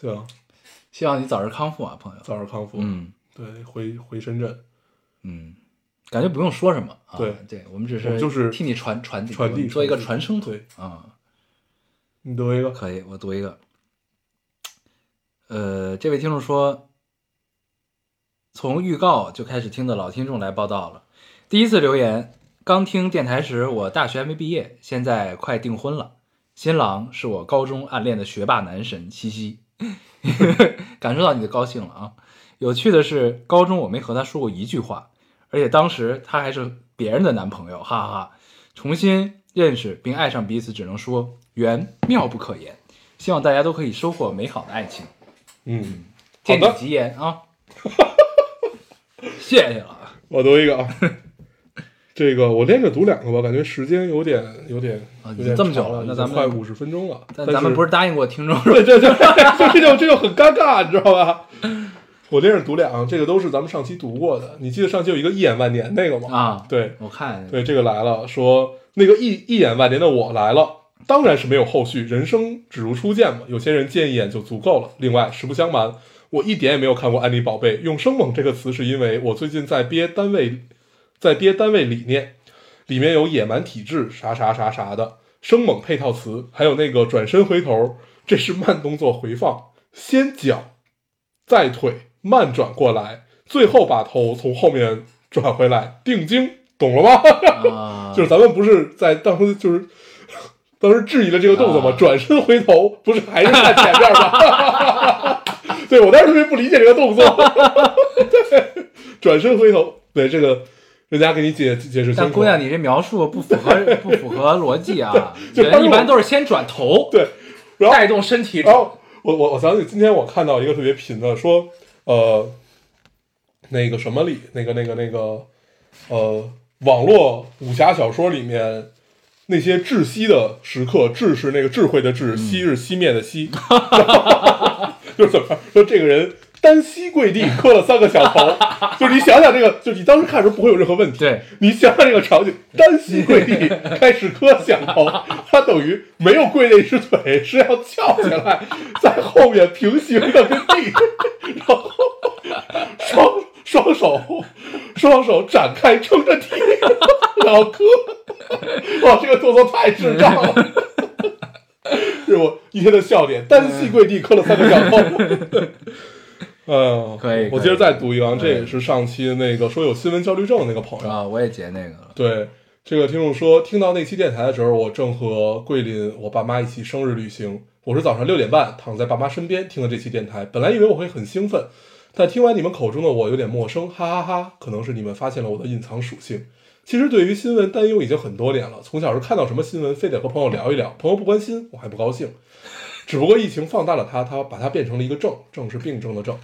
Speaker 2: 行，
Speaker 1: 希望你早日康复啊，朋友。
Speaker 2: 早日康复。
Speaker 1: 嗯
Speaker 2: 对，回回深圳，
Speaker 1: 嗯，感觉不用说什么啊。
Speaker 2: 对
Speaker 1: 对，我们只
Speaker 2: 我
Speaker 1: 是
Speaker 2: 就是
Speaker 1: 替你传传递
Speaker 2: 传递
Speaker 1: 做一个传
Speaker 2: 传递
Speaker 1: 声筒
Speaker 2: 对
Speaker 1: 啊。
Speaker 2: 你读一个，
Speaker 1: 可以，我读一个。呃，这位听众说，从预告就开始听的老听众来报道了。第一次留言，刚听电台时我大学还没毕业，现在快订婚了，新郎是我高中暗恋的学霸男神西西， *laughs* 感受到你的高兴了啊！有趣的是，高中我没和他说过一句话，而且当时他还是别人的男朋友，哈哈哈。重新认识并爱上彼此，只能说缘妙不可言。希望大家都可以收获美好的爱情，
Speaker 2: 嗯，
Speaker 1: 借
Speaker 2: 好
Speaker 1: 你
Speaker 2: 的，
Speaker 1: 吉言啊！ *laughs* 谢谢了啊，
Speaker 2: 我读一个啊。 *laughs* 这个我连着读两个吧，感觉时间有点有点
Speaker 1: 啊已
Speaker 2: 有
Speaker 1: 经
Speaker 2: 点
Speaker 1: 这么久
Speaker 2: 长
Speaker 1: 了
Speaker 2: 了，
Speaker 1: 那
Speaker 2: 已经
Speaker 1: 咱们
Speaker 2: 快五十分钟了。
Speaker 1: 但咱们不
Speaker 2: 是
Speaker 1: 是答应过听众说
Speaker 2: 对对对，就这就这就很尴尬，你知道吧？我连着读两，这个都是咱们上期读过的。你记得上期有一个一眼万年那个吗？
Speaker 1: 啊？
Speaker 2: 对
Speaker 1: 我看
Speaker 2: 对，这个来了，说那个一一眼万年的我来了，当然是没有后续，人生只如初见嘛，有些人见一眼就足够了。另外，实不相瞒，我一点也没有看过《安妮宝贝》，用“生猛”这个词是因为我最近在憋单位，在憋单位理念，里面有野蛮体质啥啥啥啥的生猛配套词，还有那个转身回头，这是慢动作回放，先脚，再腿，慢转过来，最后把头从后面转回来，定睛，懂了吗？
Speaker 1: 啊，
Speaker 2: 就是咱们不是在当时就是 *laughs* 当时质疑了这个动作吗？
Speaker 1: 啊
Speaker 2: 转身回头，不是还是在前面吗？ *laughs* 对我当时特别不理解这个动作， *laughs* 对，转身回头，对这个人家给你解解释清
Speaker 1: 但
Speaker 2: 楚
Speaker 1: 姑。娘，你这描述不符
Speaker 2: *laughs*
Speaker 1: 合不符合逻辑啊！
Speaker 2: 就当
Speaker 1: 人
Speaker 2: 时
Speaker 1: 一
Speaker 2: 我
Speaker 1: 般都是先转头，
Speaker 2: 对，哦然后
Speaker 1: 带动身体
Speaker 2: 然后我我我想起今天我看到一个特别贫的，说呃那个什么里那个那个那个呃网络武侠小说里面那些窒息的时刻，智是那个智慧的智，息是熄灭的息，就是怎么说这个人。单膝跪地磕了三个响头，就是你想想这个，就是你当时看的时候不会有任何问题，
Speaker 1: 对，
Speaker 2: 你想想这个场景，单膝跪地开始磕响头，他等于没有跪那一只腿，是要翘起来，在后面平行的跟地，然后双双手双手展开撑着地， *laughs* 然后磕。 *laughs* 哇，这个动作太智障了。是我一天的笑点，单膝跪地磕了三个响头。 *laughs* 嗯，
Speaker 1: 可以可
Speaker 2: 我
Speaker 1: 以
Speaker 2: 接着再读一个啊，这也
Speaker 1: 嗯
Speaker 2: 是上期那个说有新闻焦虑症那个朋友，
Speaker 1: 啊！我也截那个了，
Speaker 2: 对，这个听众说，听到那期电台的时候，我正和桂林我爸妈一起生日旅行。我是早上六点半躺在爸妈身边听的这期电台，本来以为我会很兴奋，但听完你们口中的我有点陌生，哈哈哈可能是你们发现了我的隐藏属性。其实对于新闻担忧已经很多年了，从小是看到什么新闻非得和朋友聊一聊，朋友不关心我还不高兴。只不过疫情放大了它，它把它变成了一个症，症是病症的症。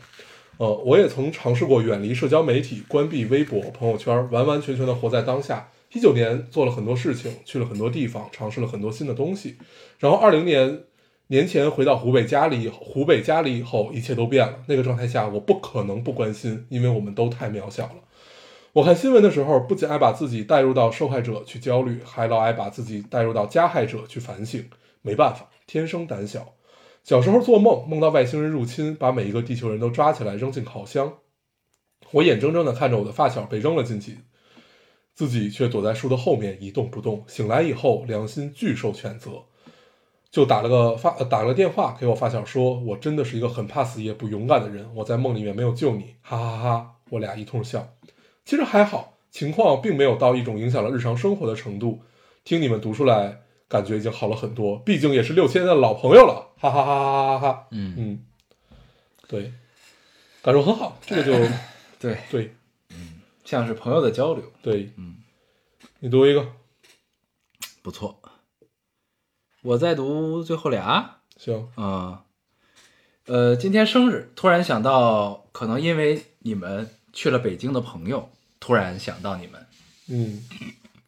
Speaker 2: 呃，我也曾尝试过远离社交媒体，关闭微博、朋友圈，完完全全的活在当下。一九年做了很多事情，去了很多地方，尝试了很多新的东西。然后二零年年前回到湖北家里以后，湖北家里以后，一切都变了。那个状态下，我不可能不关心，因为我们都太渺小了。我看新闻的时候，不仅爱把自己带入到受害者去焦虑，还老爱把自己带入到加害者去反省。没办法，天生胆小。小时候做梦，梦到外星人入侵，把每一个地球人都抓起来扔进烤箱。我眼睁睁地看着我的发小被扔了进去，自己却躲在树的后面一动不动。醒来以后，良心巨受谴责。就打了个发呃打了个电话给我发小说，我真的是一个很怕死也不勇敢的人，我在梦里面没有救你，哈哈哈哈！我俩一通笑。其实还好，情况并没有到一种影响了日常生活的程度。听你们读出来，感觉已经好了很多，毕竟也是六千的老朋友了，哈哈哈哈哈哈！
Speaker 1: 嗯，
Speaker 2: 嗯，对，感受很好，这个就
Speaker 1: *laughs* 对，
Speaker 2: 对
Speaker 1: 像是朋友的交流，
Speaker 2: 对，嗯，你读一个，
Speaker 1: 不错。我在读最后俩，啊
Speaker 2: 行，
Speaker 1: 嗯，呃，今天生日，突然想到，可能因为你们去了北京的朋友，突然想到你们。
Speaker 2: 嗯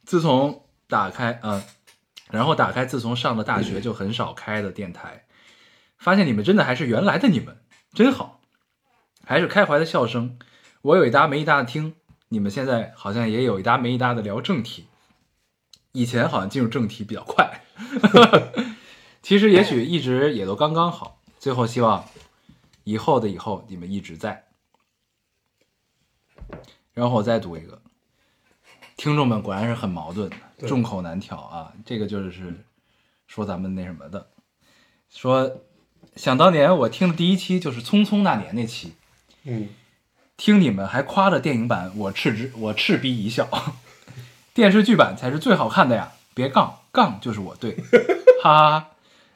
Speaker 1: 自从打开，嗯、然后打开自从上了大学就很少开的电台，发现你们真的还是原来的你们，真好，还是开怀的笑声，我有一搭没一搭的听，你们现在好像也有一搭没一搭的聊正题，以前好像进入正题比较快， *laughs* 其实也许一直也都刚刚好，最后希望以后的以后你们一直在，然后我再读一个。听众们果然是很矛盾的，
Speaker 2: 对
Speaker 1: 众口难调啊！这个就是说咱们那什么的，说想当年我听的第一期就是《匆匆那年》那期，
Speaker 2: 嗯
Speaker 1: 听你们还夸了电影版，我嗤之我嗤鼻一笑， *laughs* 电视剧版才是最好看的呀！别杠，杠就是我对， *laughs* 哈哈哈。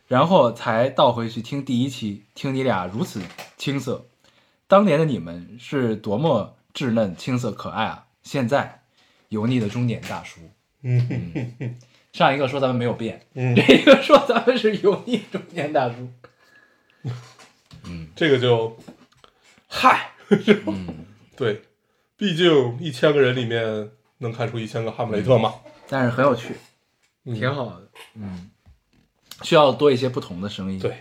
Speaker 1: 然后才倒回去听第一期，听你俩如此青涩，当年的你们是多么稚嫩、青涩、可爱啊！现在油腻的中年大叔，
Speaker 2: 嗯
Speaker 1: 上一个说咱们没有变，
Speaker 2: 嗯，
Speaker 1: 这一个说咱们是油腻中年大叔，
Speaker 2: 这个就，嗨，
Speaker 1: 嗯
Speaker 2: *laughs* 对，毕竟一千个人里面能看出一千个哈姆雷特嘛，
Speaker 1: 但是很有趣，
Speaker 2: 嗯
Speaker 1: 挺好的，嗯，需要多一些不同的声音，
Speaker 2: 对，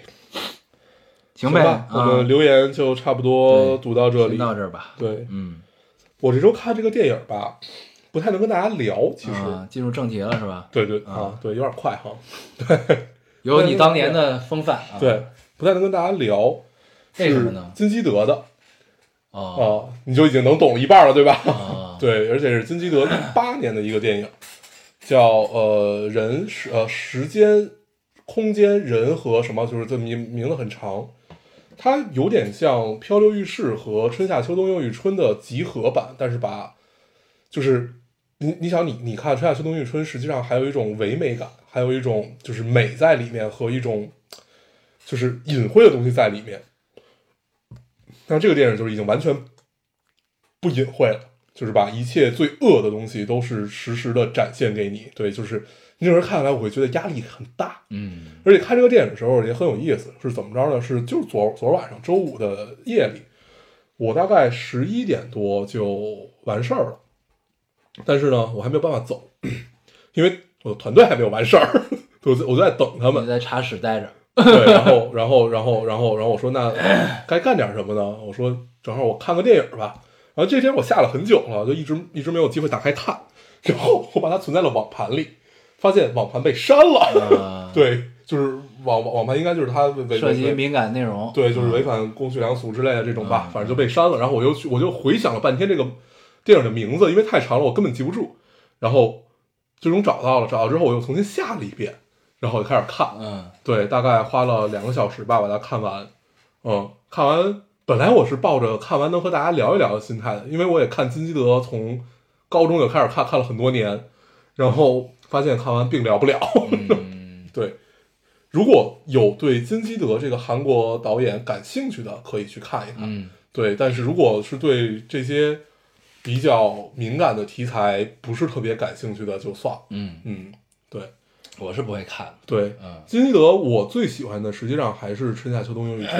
Speaker 1: 行呗，
Speaker 2: 行吧，我们
Speaker 1: 啊、
Speaker 2: 留言就差不多读到这
Speaker 1: 先
Speaker 2: 里。
Speaker 1: 到这儿吧。
Speaker 2: 对
Speaker 1: 嗯，
Speaker 2: 我这周看这个电影吧，不太能跟大家聊，其实，
Speaker 1: 啊，进入正题了是吧？
Speaker 2: 对对
Speaker 1: 啊
Speaker 2: 啊，对，有点快哈，
Speaker 1: 有你当年的风范啊。
Speaker 2: 对，，不太能跟大家聊。
Speaker 1: 为什么呢
Speaker 2: 是金基德的
Speaker 1: 哦
Speaker 2: 啊，你就已经能懂了一半了，
Speaker 1: *laughs*
Speaker 2: 对吧？
Speaker 1: 啊，
Speaker 2: 哦对，而且是金基德一八年的一个电影，叫呃人时呃时间、空间、人和什么，就是这名名字很长。它有点像《漂流浴室》和《春夏秋冬又一春》的集合版，但是把就是你你想你你看《春夏秋冬又一春》，实际上还有一种唯美感，还有一种就是美在里面和一种就是隐晦的东西在里面。但这个电影就是已经完全不隐晦了，就是把一切最恶的东西都是实时的展现给你。对，就是那时候看来，我会觉得压力很大。
Speaker 1: 嗯
Speaker 2: 而且看这个电影的时候也很有意思，是怎么着呢？是就是昨昨晚上周五的夜里，我大概十一点多就完事儿了，但是呢，我还没有办法走， *clears throat* 因为我的团队还没有完事儿， *laughs* 我就我就在等他们
Speaker 1: 你。在茶室待
Speaker 2: *laughs*
Speaker 1: 着，
Speaker 2: 对，然后，然后，然后，然后，然后我说那该干点什么呢？ *clears throat* 我说正好我看个电影吧。然后这天我下了很久了，就一直一直没有机会打开看。 *laughs* 然后我把它存在了网盘里，发现网盘被删了。 *laughs*
Speaker 1: 呃，
Speaker 2: 对，就是网网网盘应该就是它违违
Speaker 1: 涉及嗯
Speaker 2: 违
Speaker 1: 敏感内容，
Speaker 2: 对，就是违反公序良俗之类的这种
Speaker 1: 嗯
Speaker 2: 吧，反正就被删了。然后我又去，我就回想了半天这个电影的名字，因为太长了，我根本记不住。然后最终找到了，找到之后我又重新下了一遍，然后我就开始看。
Speaker 1: 嗯
Speaker 2: 对，大概花了两个小时吧，把它看完。嗯，看完本来我是抱着看完能和大家聊一聊的心态的，因为我也看金基德从高中就开始看，看了很多年，然后发现看完并聊不了。
Speaker 1: 嗯，
Speaker 2: *laughs* 对，如果有对金基德这个韩国导演感兴趣的，可以去看一看。
Speaker 1: 嗯
Speaker 2: 对，但是如果是对这些比较敏感的题材不是特别感兴趣的，就算了。
Speaker 1: 嗯，
Speaker 2: 嗯，对
Speaker 1: 我是不会看的，
Speaker 2: 对，
Speaker 1: 嗯，
Speaker 2: 金基德我最喜欢的实际上还是《春夏秋冬又一春》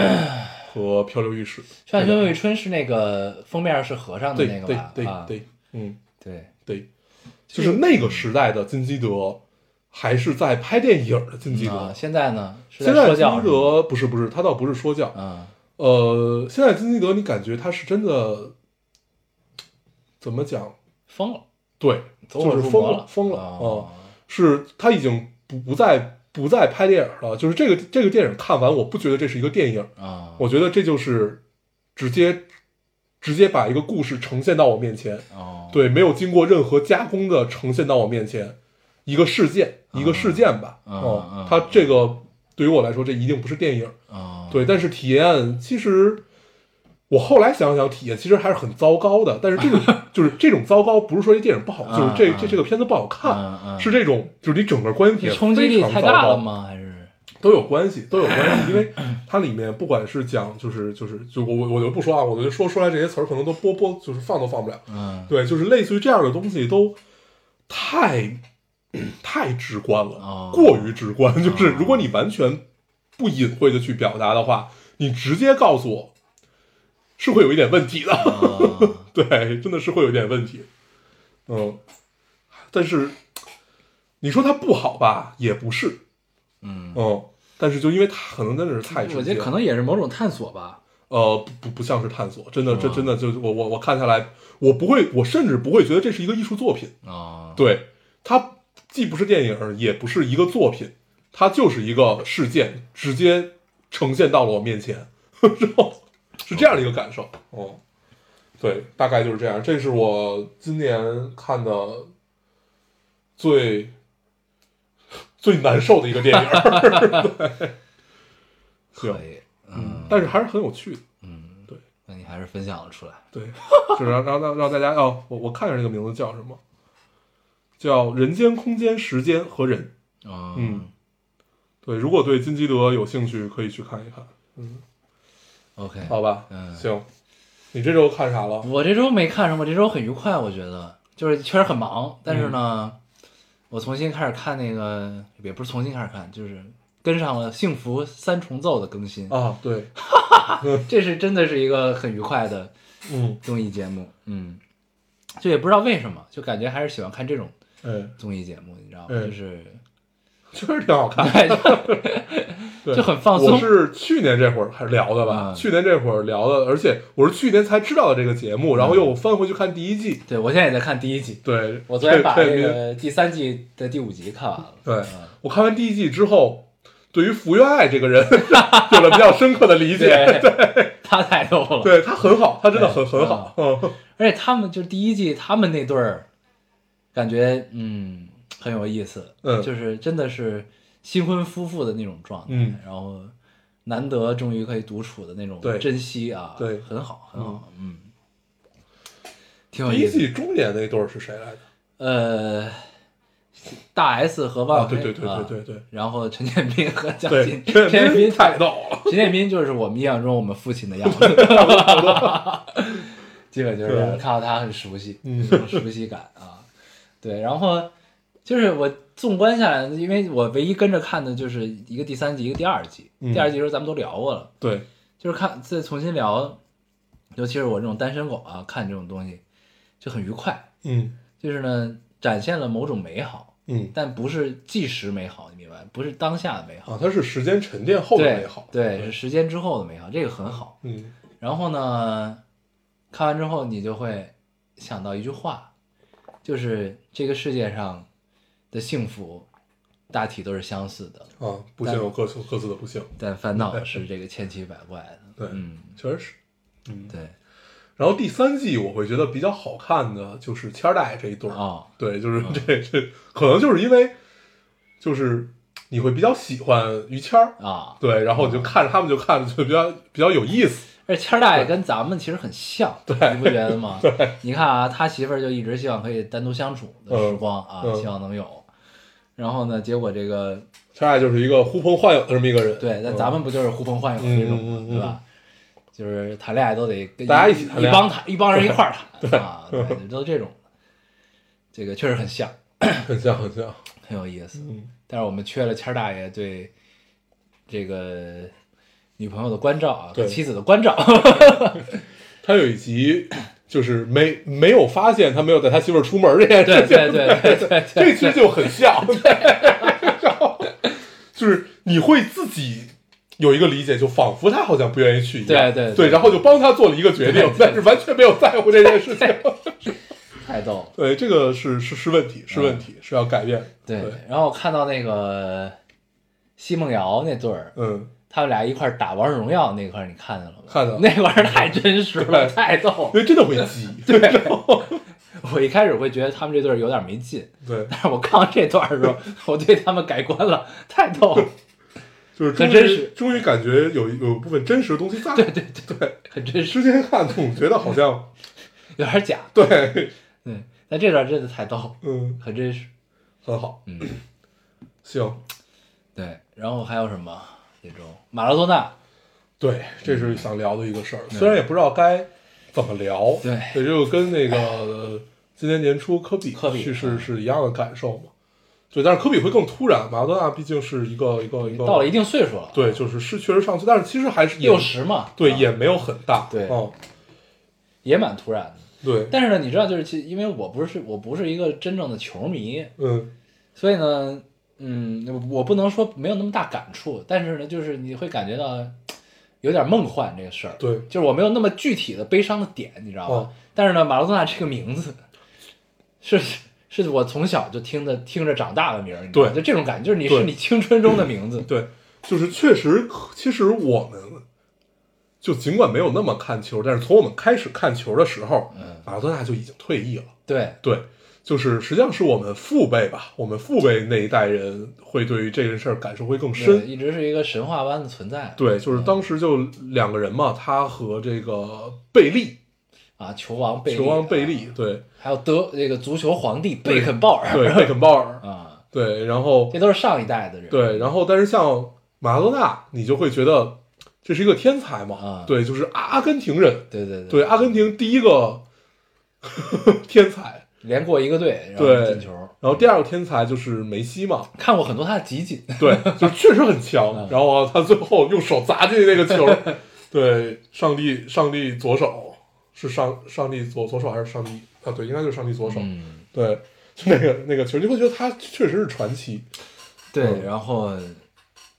Speaker 2: 和《漂流浴室》
Speaker 1: 《夏秋未春》是那个封面是和尚的
Speaker 2: 对。
Speaker 1: 那个
Speaker 2: 对对
Speaker 1: 吧？
Speaker 2: 对
Speaker 1: 啊
Speaker 2: 对，嗯
Speaker 1: 对，
Speaker 2: 对，就是那个时代的金基德，还是在拍电影的金基
Speaker 1: 啊
Speaker 2: 德。
Speaker 1: 现在呢是
Speaker 2: 现
Speaker 1: 在
Speaker 2: 在
Speaker 1: 说
Speaker 2: 金
Speaker 1: 教
Speaker 2: 基德不是不是，他倒不是说教，
Speaker 1: 嗯
Speaker 2: 呃，现在金基德你感觉他是真的怎么讲？
Speaker 1: 疯了，
Speaker 2: 对，
Speaker 1: 走火
Speaker 2: 就是
Speaker 1: 入
Speaker 2: 疯
Speaker 1: 魔
Speaker 2: 了，疯了啊、
Speaker 1: 啊，
Speaker 2: 是他已经不不再不再拍电影了。就是这个这个电影看完，我不觉得这是一个电影，
Speaker 1: 啊，
Speaker 2: 我觉得这就是直接直接把一个故事呈现到我面前，
Speaker 1: 哦，
Speaker 2: 对，没有经过任何加工的呈现到我面前，一个事件，一个事件吧，
Speaker 1: 嗯
Speaker 2: 哦
Speaker 1: 嗯
Speaker 2: 它这个对于我来说，这一定不是电影。
Speaker 1: 啊，
Speaker 2: 对，但是体验其实，我后来想想，体验其实还是很糟糕的。但是这
Speaker 1: *laughs*
Speaker 2: 种就是这种糟糕，不是说这电影不好，就是这
Speaker 1: 嗯
Speaker 2: 这这个片子不好看，
Speaker 1: 嗯嗯，
Speaker 2: 是这种就是你整个观影体
Speaker 1: 这
Speaker 2: 验
Speaker 1: 冲击
Speaker 2: 非
Speaker 1: 力
Speaker 2: 常
Speaker 1: 太
Speaker 2: 糟
Speaker 1: 大
Speaker 2: 糕
Speaker 1: 了吗？还是
Speaker 2: 都有关系，都有关系，因为它里面不管是讲就是就是就我我我就不说啊，我就说出来这些词儿可能都播播就是放都放不了。
Speaker 1: 嗯
Speaker 2: 对，就是类似于这样的东西都太太直观了，
Speaker 1: 哦
Speaker 2: 过于直观。就是如果你完全不隐晦的去表达的话，你直接告诉我，是会有一点问题的。
Speaker 1: 啊
Speaker 2: *laughs* 对，真的是会有一点问题。嗯，但是你说它不好吧，也不是。
Speaker 1: 嗯，
Speaker 2: 嗯，但是就因为它可能真的是 *laughs* 太直接了，
Speaker 1: 我觉得可能也是某种探索吧。
Speaker 2: 呃，不不不像是探索，真的，这
Speaker 1: 啊
Speaker 2: 真的就我我我看下来，我不会，我甚至不会觉得这是一个艺术作品。
Speaker 1: 啊，
Speaker 2: 对，它既不是电影，也不是一个作品，它就是一个事件，直接呈现到了我面前， *laughs* 然后是这样的一个感受。哦，对，大概就是这样。这是我今年看的最最难受的一个电影 *laughs* 儿，对，
Speaker 1: 可
Speaker 2: 行，
Speaker 1: 以，嗯，
Speaker 2: 啊但是还是很有趣的。
Speaker 1: 那你还是分享了出来。
Speaker 2: 对，就是让让让让大家哦，我我看一下这个名字叫什么，叫《人间、空间、时间和人》。嗯
Speaker 1: 嗯
Speaker 2: 对，如果对金基德有兴趣，可以去看一看，
Speaker 1: ，OK，
Speaker 2: 好吧？
Speaker 1: 嗯
Speaker 2: 行。你这周看啥了？
Speaker 1: 我这周没看什么，这周很愉快，我觉得就是确实很
Speaker 2: 嗯
Speaker 1: 忙，但是呢，我重新开始看那个，也不是重新开始看，就是跟上了《幸福三重奏》的更新，
Speaker 2: 啊，对，
Speaker 1: 这是真的是一个很愉快的
Speaker 2: 嗯，
Speaker 1: 综艺节目，嗯，就也不知道为什么，就感觉还是喜欢看这种
Speaker 2: 哎，
Speaker 1: 综艺节目，你知道吗？
Speaker 2: 嗯 *laughs*
Speaker 1: 就是 *laughs*
Speaker 2: 确实挺好看，对，
Speaker 1: 就很放松
Speaker 2: 我是去年这会儿还聊的吧？
Speaker 1: 嗯
Speaker 2: 去年这会儿聊的，而且我是去年才知道的这个节目，然
Speaker 1: 嗯
Speaker 2: 后又翻回去看第一季。
Speaker 1: 对我现在也在看第一季，
Speaker 2: 对，
Speaker 1: 我昨天把
Speaker 2: 这
Speaker 1: 这
Speaker 2: 名
Speaker 1: 个第三季的第五集看完
Speaker 2: *laughs*
Speaker 1: 了，
Speaker 2: 对
Speaker 1: 嗯
Speaker 2: 我看完第一季之后，对于福原爱这个人 *laughs* 有了比较深刻的理解。
Speaker 1: 对，他太逗了，
Speaker 2: *laughs* 对他很好，他真的很
Speaker 1: 对
Speaker 2: 很好。嗯，
Speaker 1: 而且他们就第一季他们那对儿，感觉嗯很有意思，
Speaker 2: 嗯
Speaker 1: 就是真的是新婚夫妇的那种状态，
Speaker 2: 嗯
Speaker 1: 然后难得终于可以独处的那种
Speaker 2: 对
Speaker 1: 珍惜啊，
Speaker 2: 对
Speaker 1: 很好，很好，嗯，挺有
Speaker 2: 第
Speaker 1: 意
Speaker 2: 一
Speaker 1: 思。
Speaker 2: 季中年那对儿是谁来着？
Speaker 1: 呃，大 S 和
Speaker 2: 啊，
Speaker 1: 万
Speaker 2: 对
Speaker 1: 玮、
Speaker 2: 对对
Speaker 1: 啊
Speaker 2: 对对对
Speaker 1: 然后陈建斌和蒋
Speaker 2: 对
Speaker 1: 欣，，
Speaker 2: 这
Speaker 1: 陈建斌
Speaker 2: 太逗了。
Speaker 1: 陈建斌就是我们印象中我们父亲的
Speaker 2: *laughs*
Speaker 1: 样子，基本就是这样
Speaker 2: 对
Speaker 1: 看到他很熟悉，
Speaker 2: 嗯
Speaker 1: 有这种熟悉感啊。对，然后就是我纵观下来，因为我唯一跟着看的就是一个第三集，一个第二集。
Speaker 2: 嗯
Speaker 1: 第二集的时候咱们都聊过了，
Speaker 2: 对，
Speaker 1: 就是看再重新聊，尤其是我这种单身狗啊，看这种东西就很愉快，
Speaker 2: 嗯
Speaker 1: 就是呢展现了某种美好，
Speaker 2: 嗯，
Speaker 1: 但不是即时美好，你明白？不是当下的美好。
Speaker 2: 啊，它是时间沉淀后的
Speaker 1: 对
Speaker 2: 美好。
Speaker 1: 对，是时间之后的美好，这个很好。
Speaker 2: 嗯
Speaker 1: 然后呢，看完之后你就会想到一句话，就是这个世界上的幸福大体都是相似的，
Speaker 2: 啊，不幸有各自各自的不幸，
Speaker 1: 但烦
Speaker 2: *laughs*
Speaker 1: 恼是这个千奇百怪的。
Speaker 2: 对
Speaker 1: 嗯，
Speaker 2: 确实是。
Speaker 1: 对，
Speaker 2: 然后第三季我会觉得比较好看的就是千代这一对儿
Speaker 1: 哦，
Speaker 2: 对，就是这这可能就是因为就是你会比较喜欢于谦儿，
Speaker 1: 啊，
Speaker 2: 对，然后你就看着他们就看着就比较比较有意思，
Speaker 1: 而且谦儿大爷跟咱们其实很像，你不觉得吗？对，你看啊，他媳妇儿就一直希望可以单独相处的时光啊，
Speaker 2: 嗯嗯
Speaker 1: 希望能有。然后呢，结果这个
Speaker 2: 千代就是一个呼朋唤友的这么一个人，
Speaker 1: 对，那
Speaker 2: 嗯
Speaker 1: 咱们不就是呼朋唤友那种吗
Speaker 2: 嗯嗯嗯嗯
Speaker 1: 对吧？就是谈恋爱都得跟
Speaker 2: 大家
Speaker 1: 一
Speaker 2: 一起谈
Speaker 1: 一
Speaker 2: 恋爱
Speaker 1: 帮谈，一帮人一块儿谈啊，对，都这种的。这个确实很像，
Speaker 2: *laughs* 很像很像，
Speaker 1: 很有意思。
Speaker 2: 嗯
Speaker 1: 但是我们缺了谦儿大爷对这个女朋友的关照啊，
Speaker 2: 对
Speaker 1: 对妻子的关
Speaker 2: *laughs*
Speaker 1: 照。
Speaker 2: 他有一集就是没没有发现他没有带他媳妇儿出门这件
Speaker 1: 对
Speaker 2: 事情，
Speaker 1: 对对对对对，
Speaker 2: *laughs* 这其实就很像，对， *laughs* 然后就是你会自己有一个理解，就仿佛他好像不愿意去一样，
Speaker 1: 对对对
Speaker 2: 对，然后就帮他做了一个决定，但是完全没有在乎这件事情， *laughs*
Speaker 1: 太逗了。
Speaker 2: 对，这个是是是问题，是问题，是要改变，
Speaker 1: 嗯对
Speaker 2: 对，
Speaker 1: 然后我看到那个奚梦瑶那对儿，
Speaker 2: 嗯，
Speaker 1: 他们俩一块儿打王者荣耀那块儿，你看见了吗？
Speaker 2: 看到了
Speaker 1: 那块儿太真实了，
Speaker 2: 对
Speaker 1: 太逗了
Speaker 2: 因。为真的会
Speaker 1: *laughs*
Speaker 2: 急，对
Speaker 1: 我一开始会觉得他们这对儿有点没劲，
Speaker 2: *laughs*
Speaker 1: *laughs*
Speaker 2: 对，*laughs*
Speaker 1: 但是我看到这段儿的时候，我对他们改观了，太逗了。
Speaker 2: 就是终
Speaker 1: 很
Speaker 2: 于
Speaker 1: 真实
Speaker 2: 终于感觉有有部分真实的东西在。
Speaker 1: 对对对，
Speaker 2: 对，
Speaker 1: 很真实，
Speaker 2: 之前看总觉得好像
Speaker 1: 有点假。
Speaker 2: 对，
Speaker 1: 对，但这段真的太逗，
Speaker 2: 嗯，
Speaker 1: 很真实。
Speaker 2: 很好，
Speaker 1: 嗯，
Speaker 2: 行，
Speaker 1: 对，然后还有什么？也中马拉多纳，
Speaker 2: 对，这是想聊的一个事儿，虽然也不知道该怎么聊，
Speaker 1: 嗯对
Speaker 2: 也就跟那个呃今年年初科比
Speaker 1: 科比
Speaker 2: 去世
Speaker 1: 嗯
Speaker 2: 是一样的感受嘛。对，但是科比会更突然，马拉多纳毕竟是一个一个一个
Speaker 1: 到了一定岁数了，
Speaker 2: 哦对，就是是确实上去，但是其实还是也
Speaker 1: 六十嘛，
Speaker 2: 对
Speaker 1: 啊
Speaker 2: 也没有很大，
Speaker 1: 对
Speaker 2: 嗯，
Speaker 1: 也蛮突然的。
Speaker 2: 对，
Speaker 1: 但是呢，你知道，就是其因为我不是我不是一个真正的球迷，
Speaker 2: 嗯
Speaker 1: 所以呢，嗯，我不能说没有那么大感触，但是呢，就是你会感觉到有点梦幻这个事儿。
Speaker 2: 对
Speaker 1: 就是我没有那么具体的悲伤的点，你知道吗？
Speaker 2: 哦
Speaker 1: 但是呢，马拉多纳这个名字 *laughs* 是是我从小就听着听着长大的名儿，你知道吗
Speaker 2: 对
Speaker 1: 就这种感觉，就是你是
Speaker 2: 对嗯
Speaker 1: 你青春中的名字，
Speaker 2: 对，就是确实，其实我们就尽管没有那么看球，但是从我们开始看球的时候，
Speaker 1: 嗯
Speaker 2: 马拉多纳就已经退役了。
Speaker 1: 对
Speaker 2: 对，就是实际上是我们父辈吧，我们父辈那一代人会对于这件事儿感受会更
Speaker 1: 对，
Speaker 2: 深。
Speaker 1: 一直是一个神话般的存在，
Speaker 2: 对，就是当时就两个人嘛，他和这个贝利，
Speaker 1: 啊，球王贝利，啊
Speaker 2: 球王贝利，对
Speaker 1: 还有德这个足球皇帝贝肯鲍尔，
Speaker 2: 对，贝肯
Speaker 1: *laughs*
Speaker 2: 鲍尔，
Speaker 1: 啊，
Speaker 2: 对，然后
Speaker 1: 这都是上一代的人，
Speaker 2: 对，然后但是像马拉多纳，你就会觉得这是一个天才嘛？
Speaker 1: 啊
Speaker 2: 对，就是阿阿根廷人，
Speaker 1: 对对
Speaker 2: 对，阿根廷第一个 *laughs* 天才，
Speaker 1: 连过一个队，然后
Speaker 2: 对
Speaker 1: 进球，，
Speaker 2: 然后第二个天才就是梅西嘛，
Speaker 1: 看过很多他的集锦，
Speaker 2: 对，就是确实很强。然后啊他最后用手砸进那个球，对，上帝，上帝左手是上上帝左左手还是上帝啊？对，应该就是上帝左手，
Speaker 1: 嗯，
Speaker 2: 对。就那个那个球，你会觉得他确实是传奇，
Speaker 1: 对，
Speaker 2: 嗯
Speaker 1: 然后，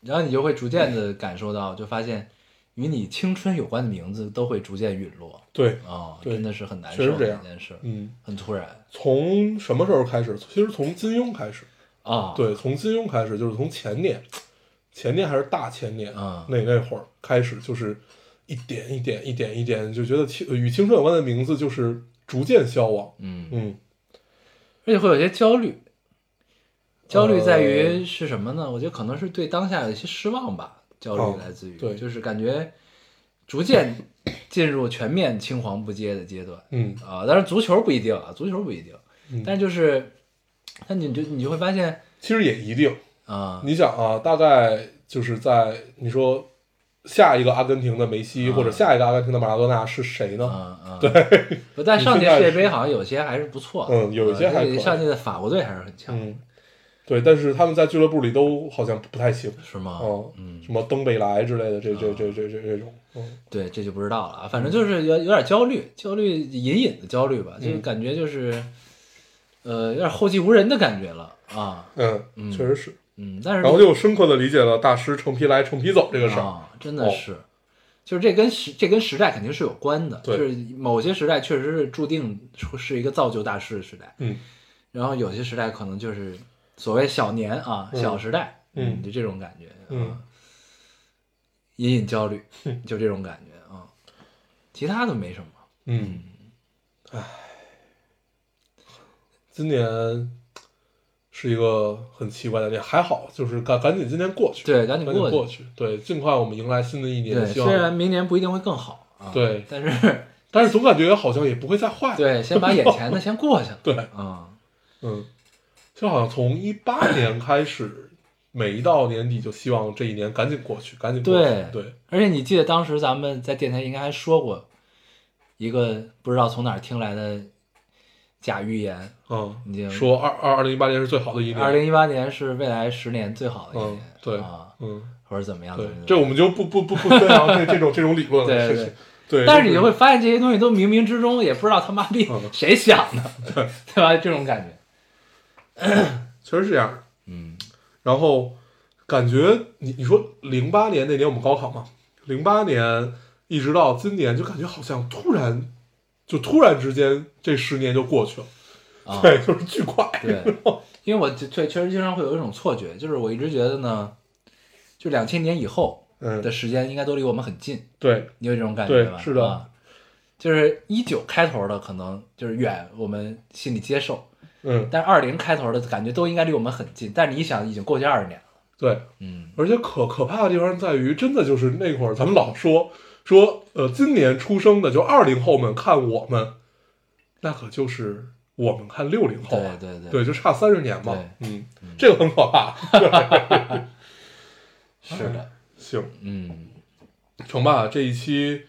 Speaker 1: 然后你就会逐渐的感受到，就发现与你青春有关的名字都会逐渐陨落，
Speaker 2: 对，
Speaker 1: 啊，
Speaker 2: 对
Speaker 1: 真的是很难
Speaker 2: 确实
Speaker 1: 受
Speaker 2: 这
Speaker 1: 的
Speaker 2: 样
Speaker 1: 一件事，
Speaker 2: 嗯，
Speaker 1: 很突然
Speaker 2: 从什么时候开始？其实从金庸开始，
Speaker 1: 啊，，
Speaker 2: 对，从金庸开始，就是从前年，前年还是大前年，
Speaker 1: 嗯
Speaker 2: 那那会儿开始，就是一点一点一点一点，就觉得青呃与青春有关的名字就是逐渐消亡。
Speaker 1: 嗯，
Speaker 2: 嗯，
Speaker 1: 而且会有些焦虑。焦虑
Speaker 2: 呃
Speaker 1: 在于是什么呢？我觉得可能是对当下有一些失望吧。焦
Speaker 2: 哦
Speaker 1: 虑来自于，
Speaker 2: 对
Speaker 1: 就是感觉逐渐进入全面青黄不接的阶段。
Speaker 2: 嗯
Speaker 1: 啊，但是足球不一定啊，足球不一定，
Speaker 2: 嗯
Speaker 1: 但是就是，但你就你就会发现
Speaker 2: 其实也一定，
Speaker 1: 啊，
Speaker 2: 你想啊，大概就是在你说下一个阿根廷的梅西、
Speaker 1: 啊
Speaker 2: 或者下一个阿根廷的马拉多纳是谁
Speaker 1: 啊
Speaker 2: 呢？
Speaker 1: 啊，对，不但上届世界杯好像有些还是不错的，
Speaker 2: 嗯有一些
Speaker 1: 啊
Speaker 2: 还
Speaker 1: 这个
Speaker 2: 可以
Speaker 1: 上届的法国队还是很强，
Speaker 2: 嗯，对，但是他们在俱乐部里都好像不太行。
Speaker 1: 是吗？
Speaker 2: 哦
Speaker 1: 嗯，
Speaker 2: 什么登贝莱之类的，这这这这这这种，
Speaker 1: 啊
Speaker 2: 嗯，
Speaker 1: 对，这就不知道了啊，反正就是有有点焦虑，焦虑隐隐的焦虑吧，就是
Speaker 2: 嗯
Speaker 1: 感觉就是，呃，有点后继无人的感觉了啊，
Speaker 2: 嗯，确实是。
Speaker 1: 嗯，但是
Speaker 2: 然后就深刻的理解了大师成批来成批走这个事儿。
Speaker 1: 啊，真的
Speaker 2: 哦
Speaker 1: 是，就是这跟时这跟时代肯定是有关的，
Speaker 2: 对
Speaker 1: 就是某些时代确实是注定出是一个造就大师的时代，
Speaker 2: 嗯，
Speaker 1: 然后有些时代可能就是所谓小年啊，
Speaker 2: 嗯
Speaker 1: 小时代，
Speaker 2: 嗯
Speaker 1: 就这种感觉，
Speaker 2: 嗯
Speaker 1: 啊，隐隐焦虑，
Speaker 2: 哼
Speaker 1: 就这种感觉啊，其他的没什么，
Speaker 2: 嗯，唉，今年是一个很奇怪的年，还好就是赶赶紧今年过去，
Speaker 1: 对，赶紧
Speaker 2: 赶紧
Speaker 1: 过
Speaker 2: 过
Speaker 1: 去，
Speaker 2: 去，对，尽快我们迎来新的一
Speaker 1: 对，
Speaker 2: 年，希
Speaker 1: 虽然
Speaker 2: 望，
Speaker 1: 明年不一定会更好啊，
Speaker 2: 对
Speaker 1: 但是 *laughs*
Speaker 2: 但是总感觉好像也不会再坏，
Speaker 1: 对，先把眼前的 *laughs* 先过去了，
Speaker 2: 对，
Speaker 1: 啊，
Speaker 2: 嗯，就好像从一八年开始，每一到年底就希望这一年赶紧过去，赶紧过去，
Speaker 1: 对
Speaker 2: 对，
Speaker 1: 而且你记得当时咱们在电台应该还说过一个不知道从哪儿听来的假预言，已
Speaker 2: 嗯，
Speaker 1: 经
Speaker 2: 说二二二零一八年是最好的一年，
Speaker 1: 二零一八年是未来十年最好的一
Speaker 2: 嗯
Speaker 1: 年，，
Speaker 2: 对
Speaker 1: 啊，，
Speaker 2: 嗯。
Speaker 1: 或者怎么样？
Speaker 2: 对
Speaker 1: 怎么，样
Speaker 2: 这我们就不不不不宣扬这这种这种理论了。
Speaker 1: 对
Speaker 2: 是
Speaker 1: 对
Speaker 2: 是对，
Speaker 1: 但是你
Speaker 2: 就
Speaker 1: 就会发现这些东西都冥冥之中也不知道他
Speaker 2: *laughs*
Speaker 1: 妈逼
Speaker 2: 嗯
Speaker 1: 谁想的， *laughs* 对吧？这种感觉，
Speaker 2: 确实是这样。
Speaker 1: 嗯
Speaker 2: 然后感觉你你说零八年那年我们高考嘛，零八年一直到今年，就感觉好像突然就突然之间这十年就过去了，
Speaker 1: 啊，
Speaker 2: 对，就是巨快。
Speaker 1: 对，因为我就对确实经常会有一种错觉，就是我一直觉得呢，就两千年以后的
Speaker 2: *laughs* 嗯，
Speaker 1: 时间应该都离我们很近，
Speaker 2: 对，
Speaker 1: 你有这种感觉
Speaker 2: 对
Speaker 1: 吧？
Speaker 2: 是的
Speaker 1: 啊，就是一九开头的可能就是远，我们心里接受；
Speaker 2: 嗯，
Speaker 1: 但二零开头的感觉都应该离我们很近。但是你一想，已经过去二十年了，
Speaker 2: 对，
Speaker 3: 嗯
Speaker 2: 而且可可怕的地方在于，真的就是那会儿咱们老说说，呃，今年出生的就二零后们看我们，那可就是我们看六零后啊，
Speaker 3: 对对对
Speaker 2: 就差三十年嘛，嗯，这个很可怕。
Speaker 3: 是的，
Speaker 2: 行，
Speaker 3: 嗯
Speaker 2: 成吧，这一期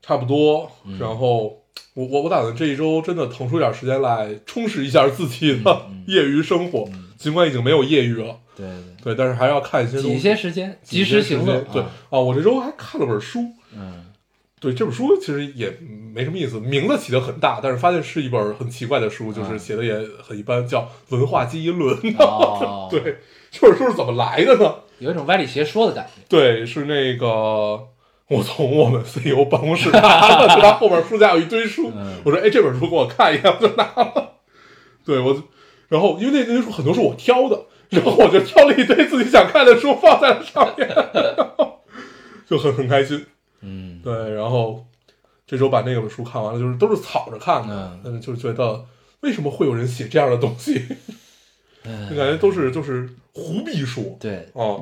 Speaker 2: 差不多，
Speaker 3: 嗯
Speaker 2: 然后我我我打算这一周真的腾出一点时间来充实一下自己的
Speaker 3: 嗯
Speaker 2: *laughs* 业余生活，尽管已经没有业余了，
Speaker 3: 对对，
Speaker 2: 对，但是还要看一些东
Speaker 3: 嗯挤一
Speaker 2: 西。
Speaker 3: 些时间，及时
Speaker 2: 时
Speaker 3: 行
Speaker 2: 间
Speaker 3: 乐，
Speaker 2: 对
Speaker 3: 啊
Speaker 2: 啊，我这周还看了本书，
Speaker 3: 嗯
Speaker 2: 对这本书其实也没什么意思，名字起的很大，但是发现是一本很奇怪的书，
Speaker 3: 啊
Speaker 2: 就是写的也很一般，叫《文化基因论》。，
Speaker 3: 哦
Speaker 2: 对，这本书是怎么来的呢？
Speaker 3: 有一种歪理邪说的感觉，
Speaker 2: 对，是那个我从我们 CEO 办公室拿的，就他后面书架有一堆书，
Speaker 3: 嗯
Speaker 2: 我说哎这本书给我看一下，我就拿了。对我，然后因为那堆书很多是我挑的，然后我就挑了一堆自己想看的书放在了上面， *laughs* 就很很开心。
Speaker 3: 嗯
Speaker 2: 对，然后这周把那本书看完了，就是都是草着看的
Speaker 3: 嗯，
Speaker 2: 但是就是觉得为什么会有人写这样的东西， *laughs* 就
Speaker 3: 嗯，
Speaker 2: 感觉都是就是胡逼说
Speaker 3: 对，
Speaker 2: 啊，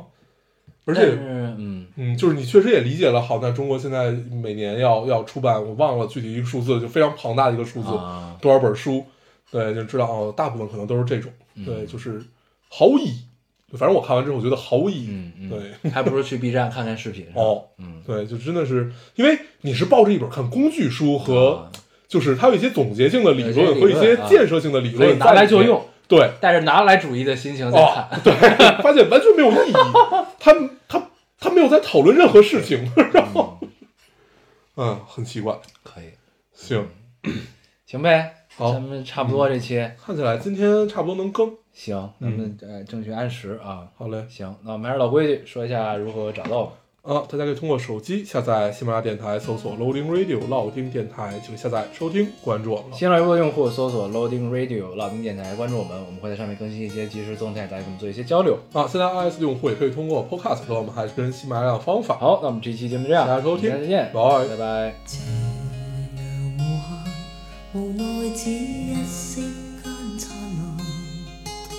Speaker 3: 而
Speaker 2: 而且
Speaker 3: 嗯
Speaker 2: 嗯，就是你确实也理解了，好，那中国现在每年要要出版，我忘了具体一个数字，就非常庞大的一个数字，
Speaker 3: 啊，
Speaker 2: 多少本书，对，就知道哦，大部分可能都是这种，
Speaker 3: 嗯
Speaker 2: 对，就是毫无意义。反正我看完之后，我觉得毫无意义。
Speaker 3: 嗯嗯，
Speaker 2: 对，
Speaker 3: 还不如去 B 站看看视频，是吧
Speaker 2: 哦，
Speaker 3: 嗯，
Speaker 2: 对，就真的是因为你是抱着一本看工具书
Speaker 3: 啊
Speaker 2: 和，就是它有一些总结性的理
Speaker 3: 有一
Speaker 2: 论
Speaker 3: 些
Speaker 2: 和
Speaker 3: 理
Speaker 2: 一
Speaker 3: 论
Speaker 2: 些
Speaker 3: 啊
Speaker 2: 建设性的理
Speaker 3: 所以
Speaker 2: 论，
Speaker 3: 拿来就用。，
Speaker 2: 对，
Speaker 3: 带着拿来主义的心情在
Speaker 2: 哦
Speaker 3: 看，，
Speaker 2: 对， *laughs* 发现完全没有意义，他他他没有在讨论任何事情， *laughs* 然后，嗯，很奇怪。
Speaker 3: 可以，
Speaker 2: 行，
Speaker 3: 行呗，
Speaker 2: 好嗯
Speaker 3: 咱们差不多这期，
Speaker 2: 看起来今天差不多能更。
Speaker 3: 行，咱们
Speaker 2: 嗯
Speaker 3: 呃正确按时啊。
Speaker 2: 好嘞，
Speaker 3: 行，那我们还是老规矩，说一下如何找到我们。
Speaker 2: 啊，大家可以通过手机下载喜马拉雅电台，搜索 Loading Radio 老丁电台，就下载收听，关注我们了。
Speaker 3: 新浪微博用户搜索 Loading Radio 老丁电台，关注我们，我们会在上面更新一些即时动态，大家跟我们做一些交流。
Speaker 2: 啊，现在 iOS 用户也可以通过 Podcast 和我们还是跟喜马拉雅的方法。
Speaker 3: 好，那我们这期节目就这样，
Speaker 2: 大家收听
Speaker 3: 再见，
Speaker 2: 拜
Speaker 3: 拜拜。
Speaker 4: 無奈只一息間燦爛，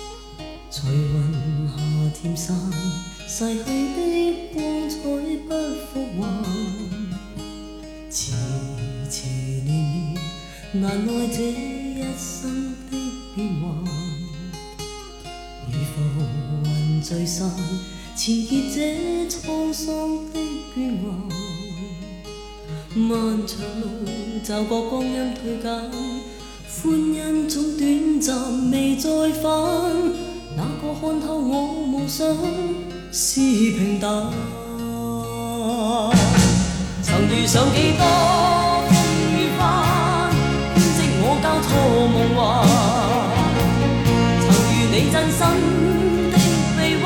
Speaker 4: 隨雲霞漸散，逝去的光彩不復還。遲遲年年，難耐這一生的變幻，如浮雲聚散，纏結這滄桑的倦顏。漫長路就覺光陰退減，歡欣總短暫，未再返。哪個看透我夢想是平淡？曾遇上幾多風雨翻，編織我交錯夢幻。曾遇你真心的臂彎，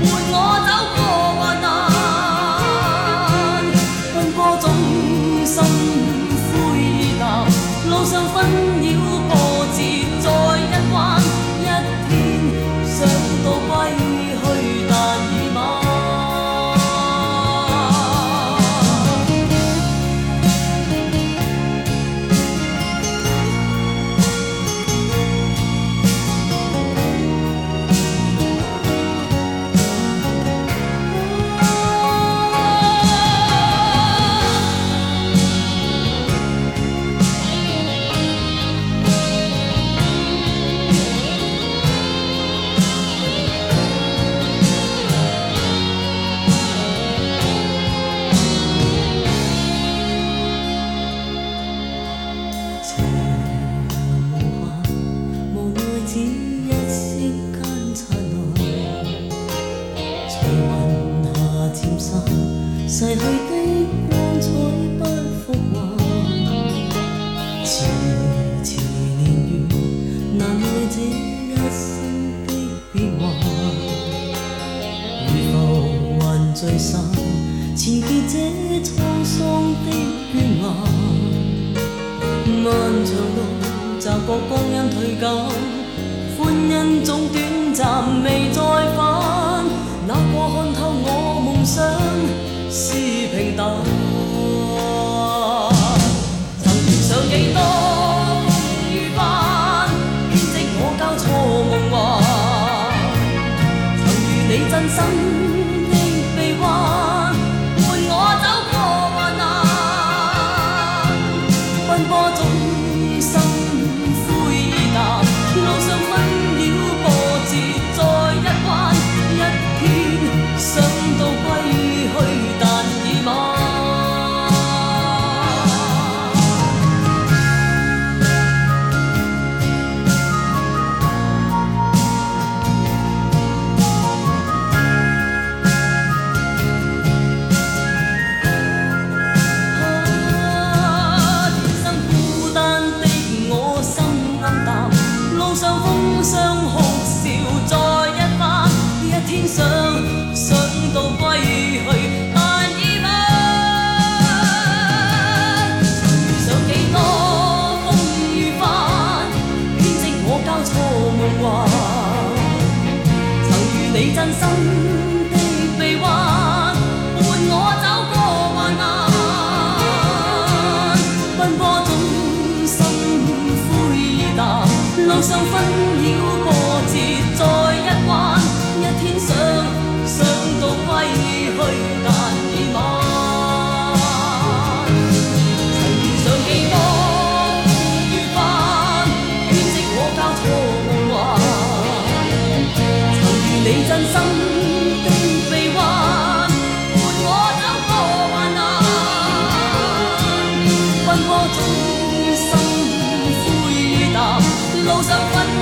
Speaker 4: 伴我走過患難。奔波中心灰淡，路上紛擾波折再一彎，一天想到歸去，但已晚。情無限，無奈只一息間燦爛。隨雲霞漸散，逝去的光彩不復還。遲遲年月，難耐這一生的變幻。如浮雲聚散，纏結這滄桑的倦顏。漫長路就覺光陰退減，歡欣總短暫，未再返。哪個看透我夢想是平淡？曾遇上幾多風雨翻，編織我交錯夢幻。曾遇你真心的臂弯，伴我走过患难。奔波中心灰淡，路上分了波折再一彎，一天想到歸去，但已晚。天生孤單的我心暗淡，路上風霜哭笑再一番，一天想想到歸去，但已晚。遇上幾多風雨翻，編織我交錯夢幻。曾與你真心的臂彎，伴我走過患難。奔波中心灰淡，路上紛擾波折再一彎，一天想想到歸去，但已晚。曾遇上幾多風雨翻，編織我交啊錯夢幻。曾如你真心的臂彎，伴我走過患難。奔波中心灰淡，路上分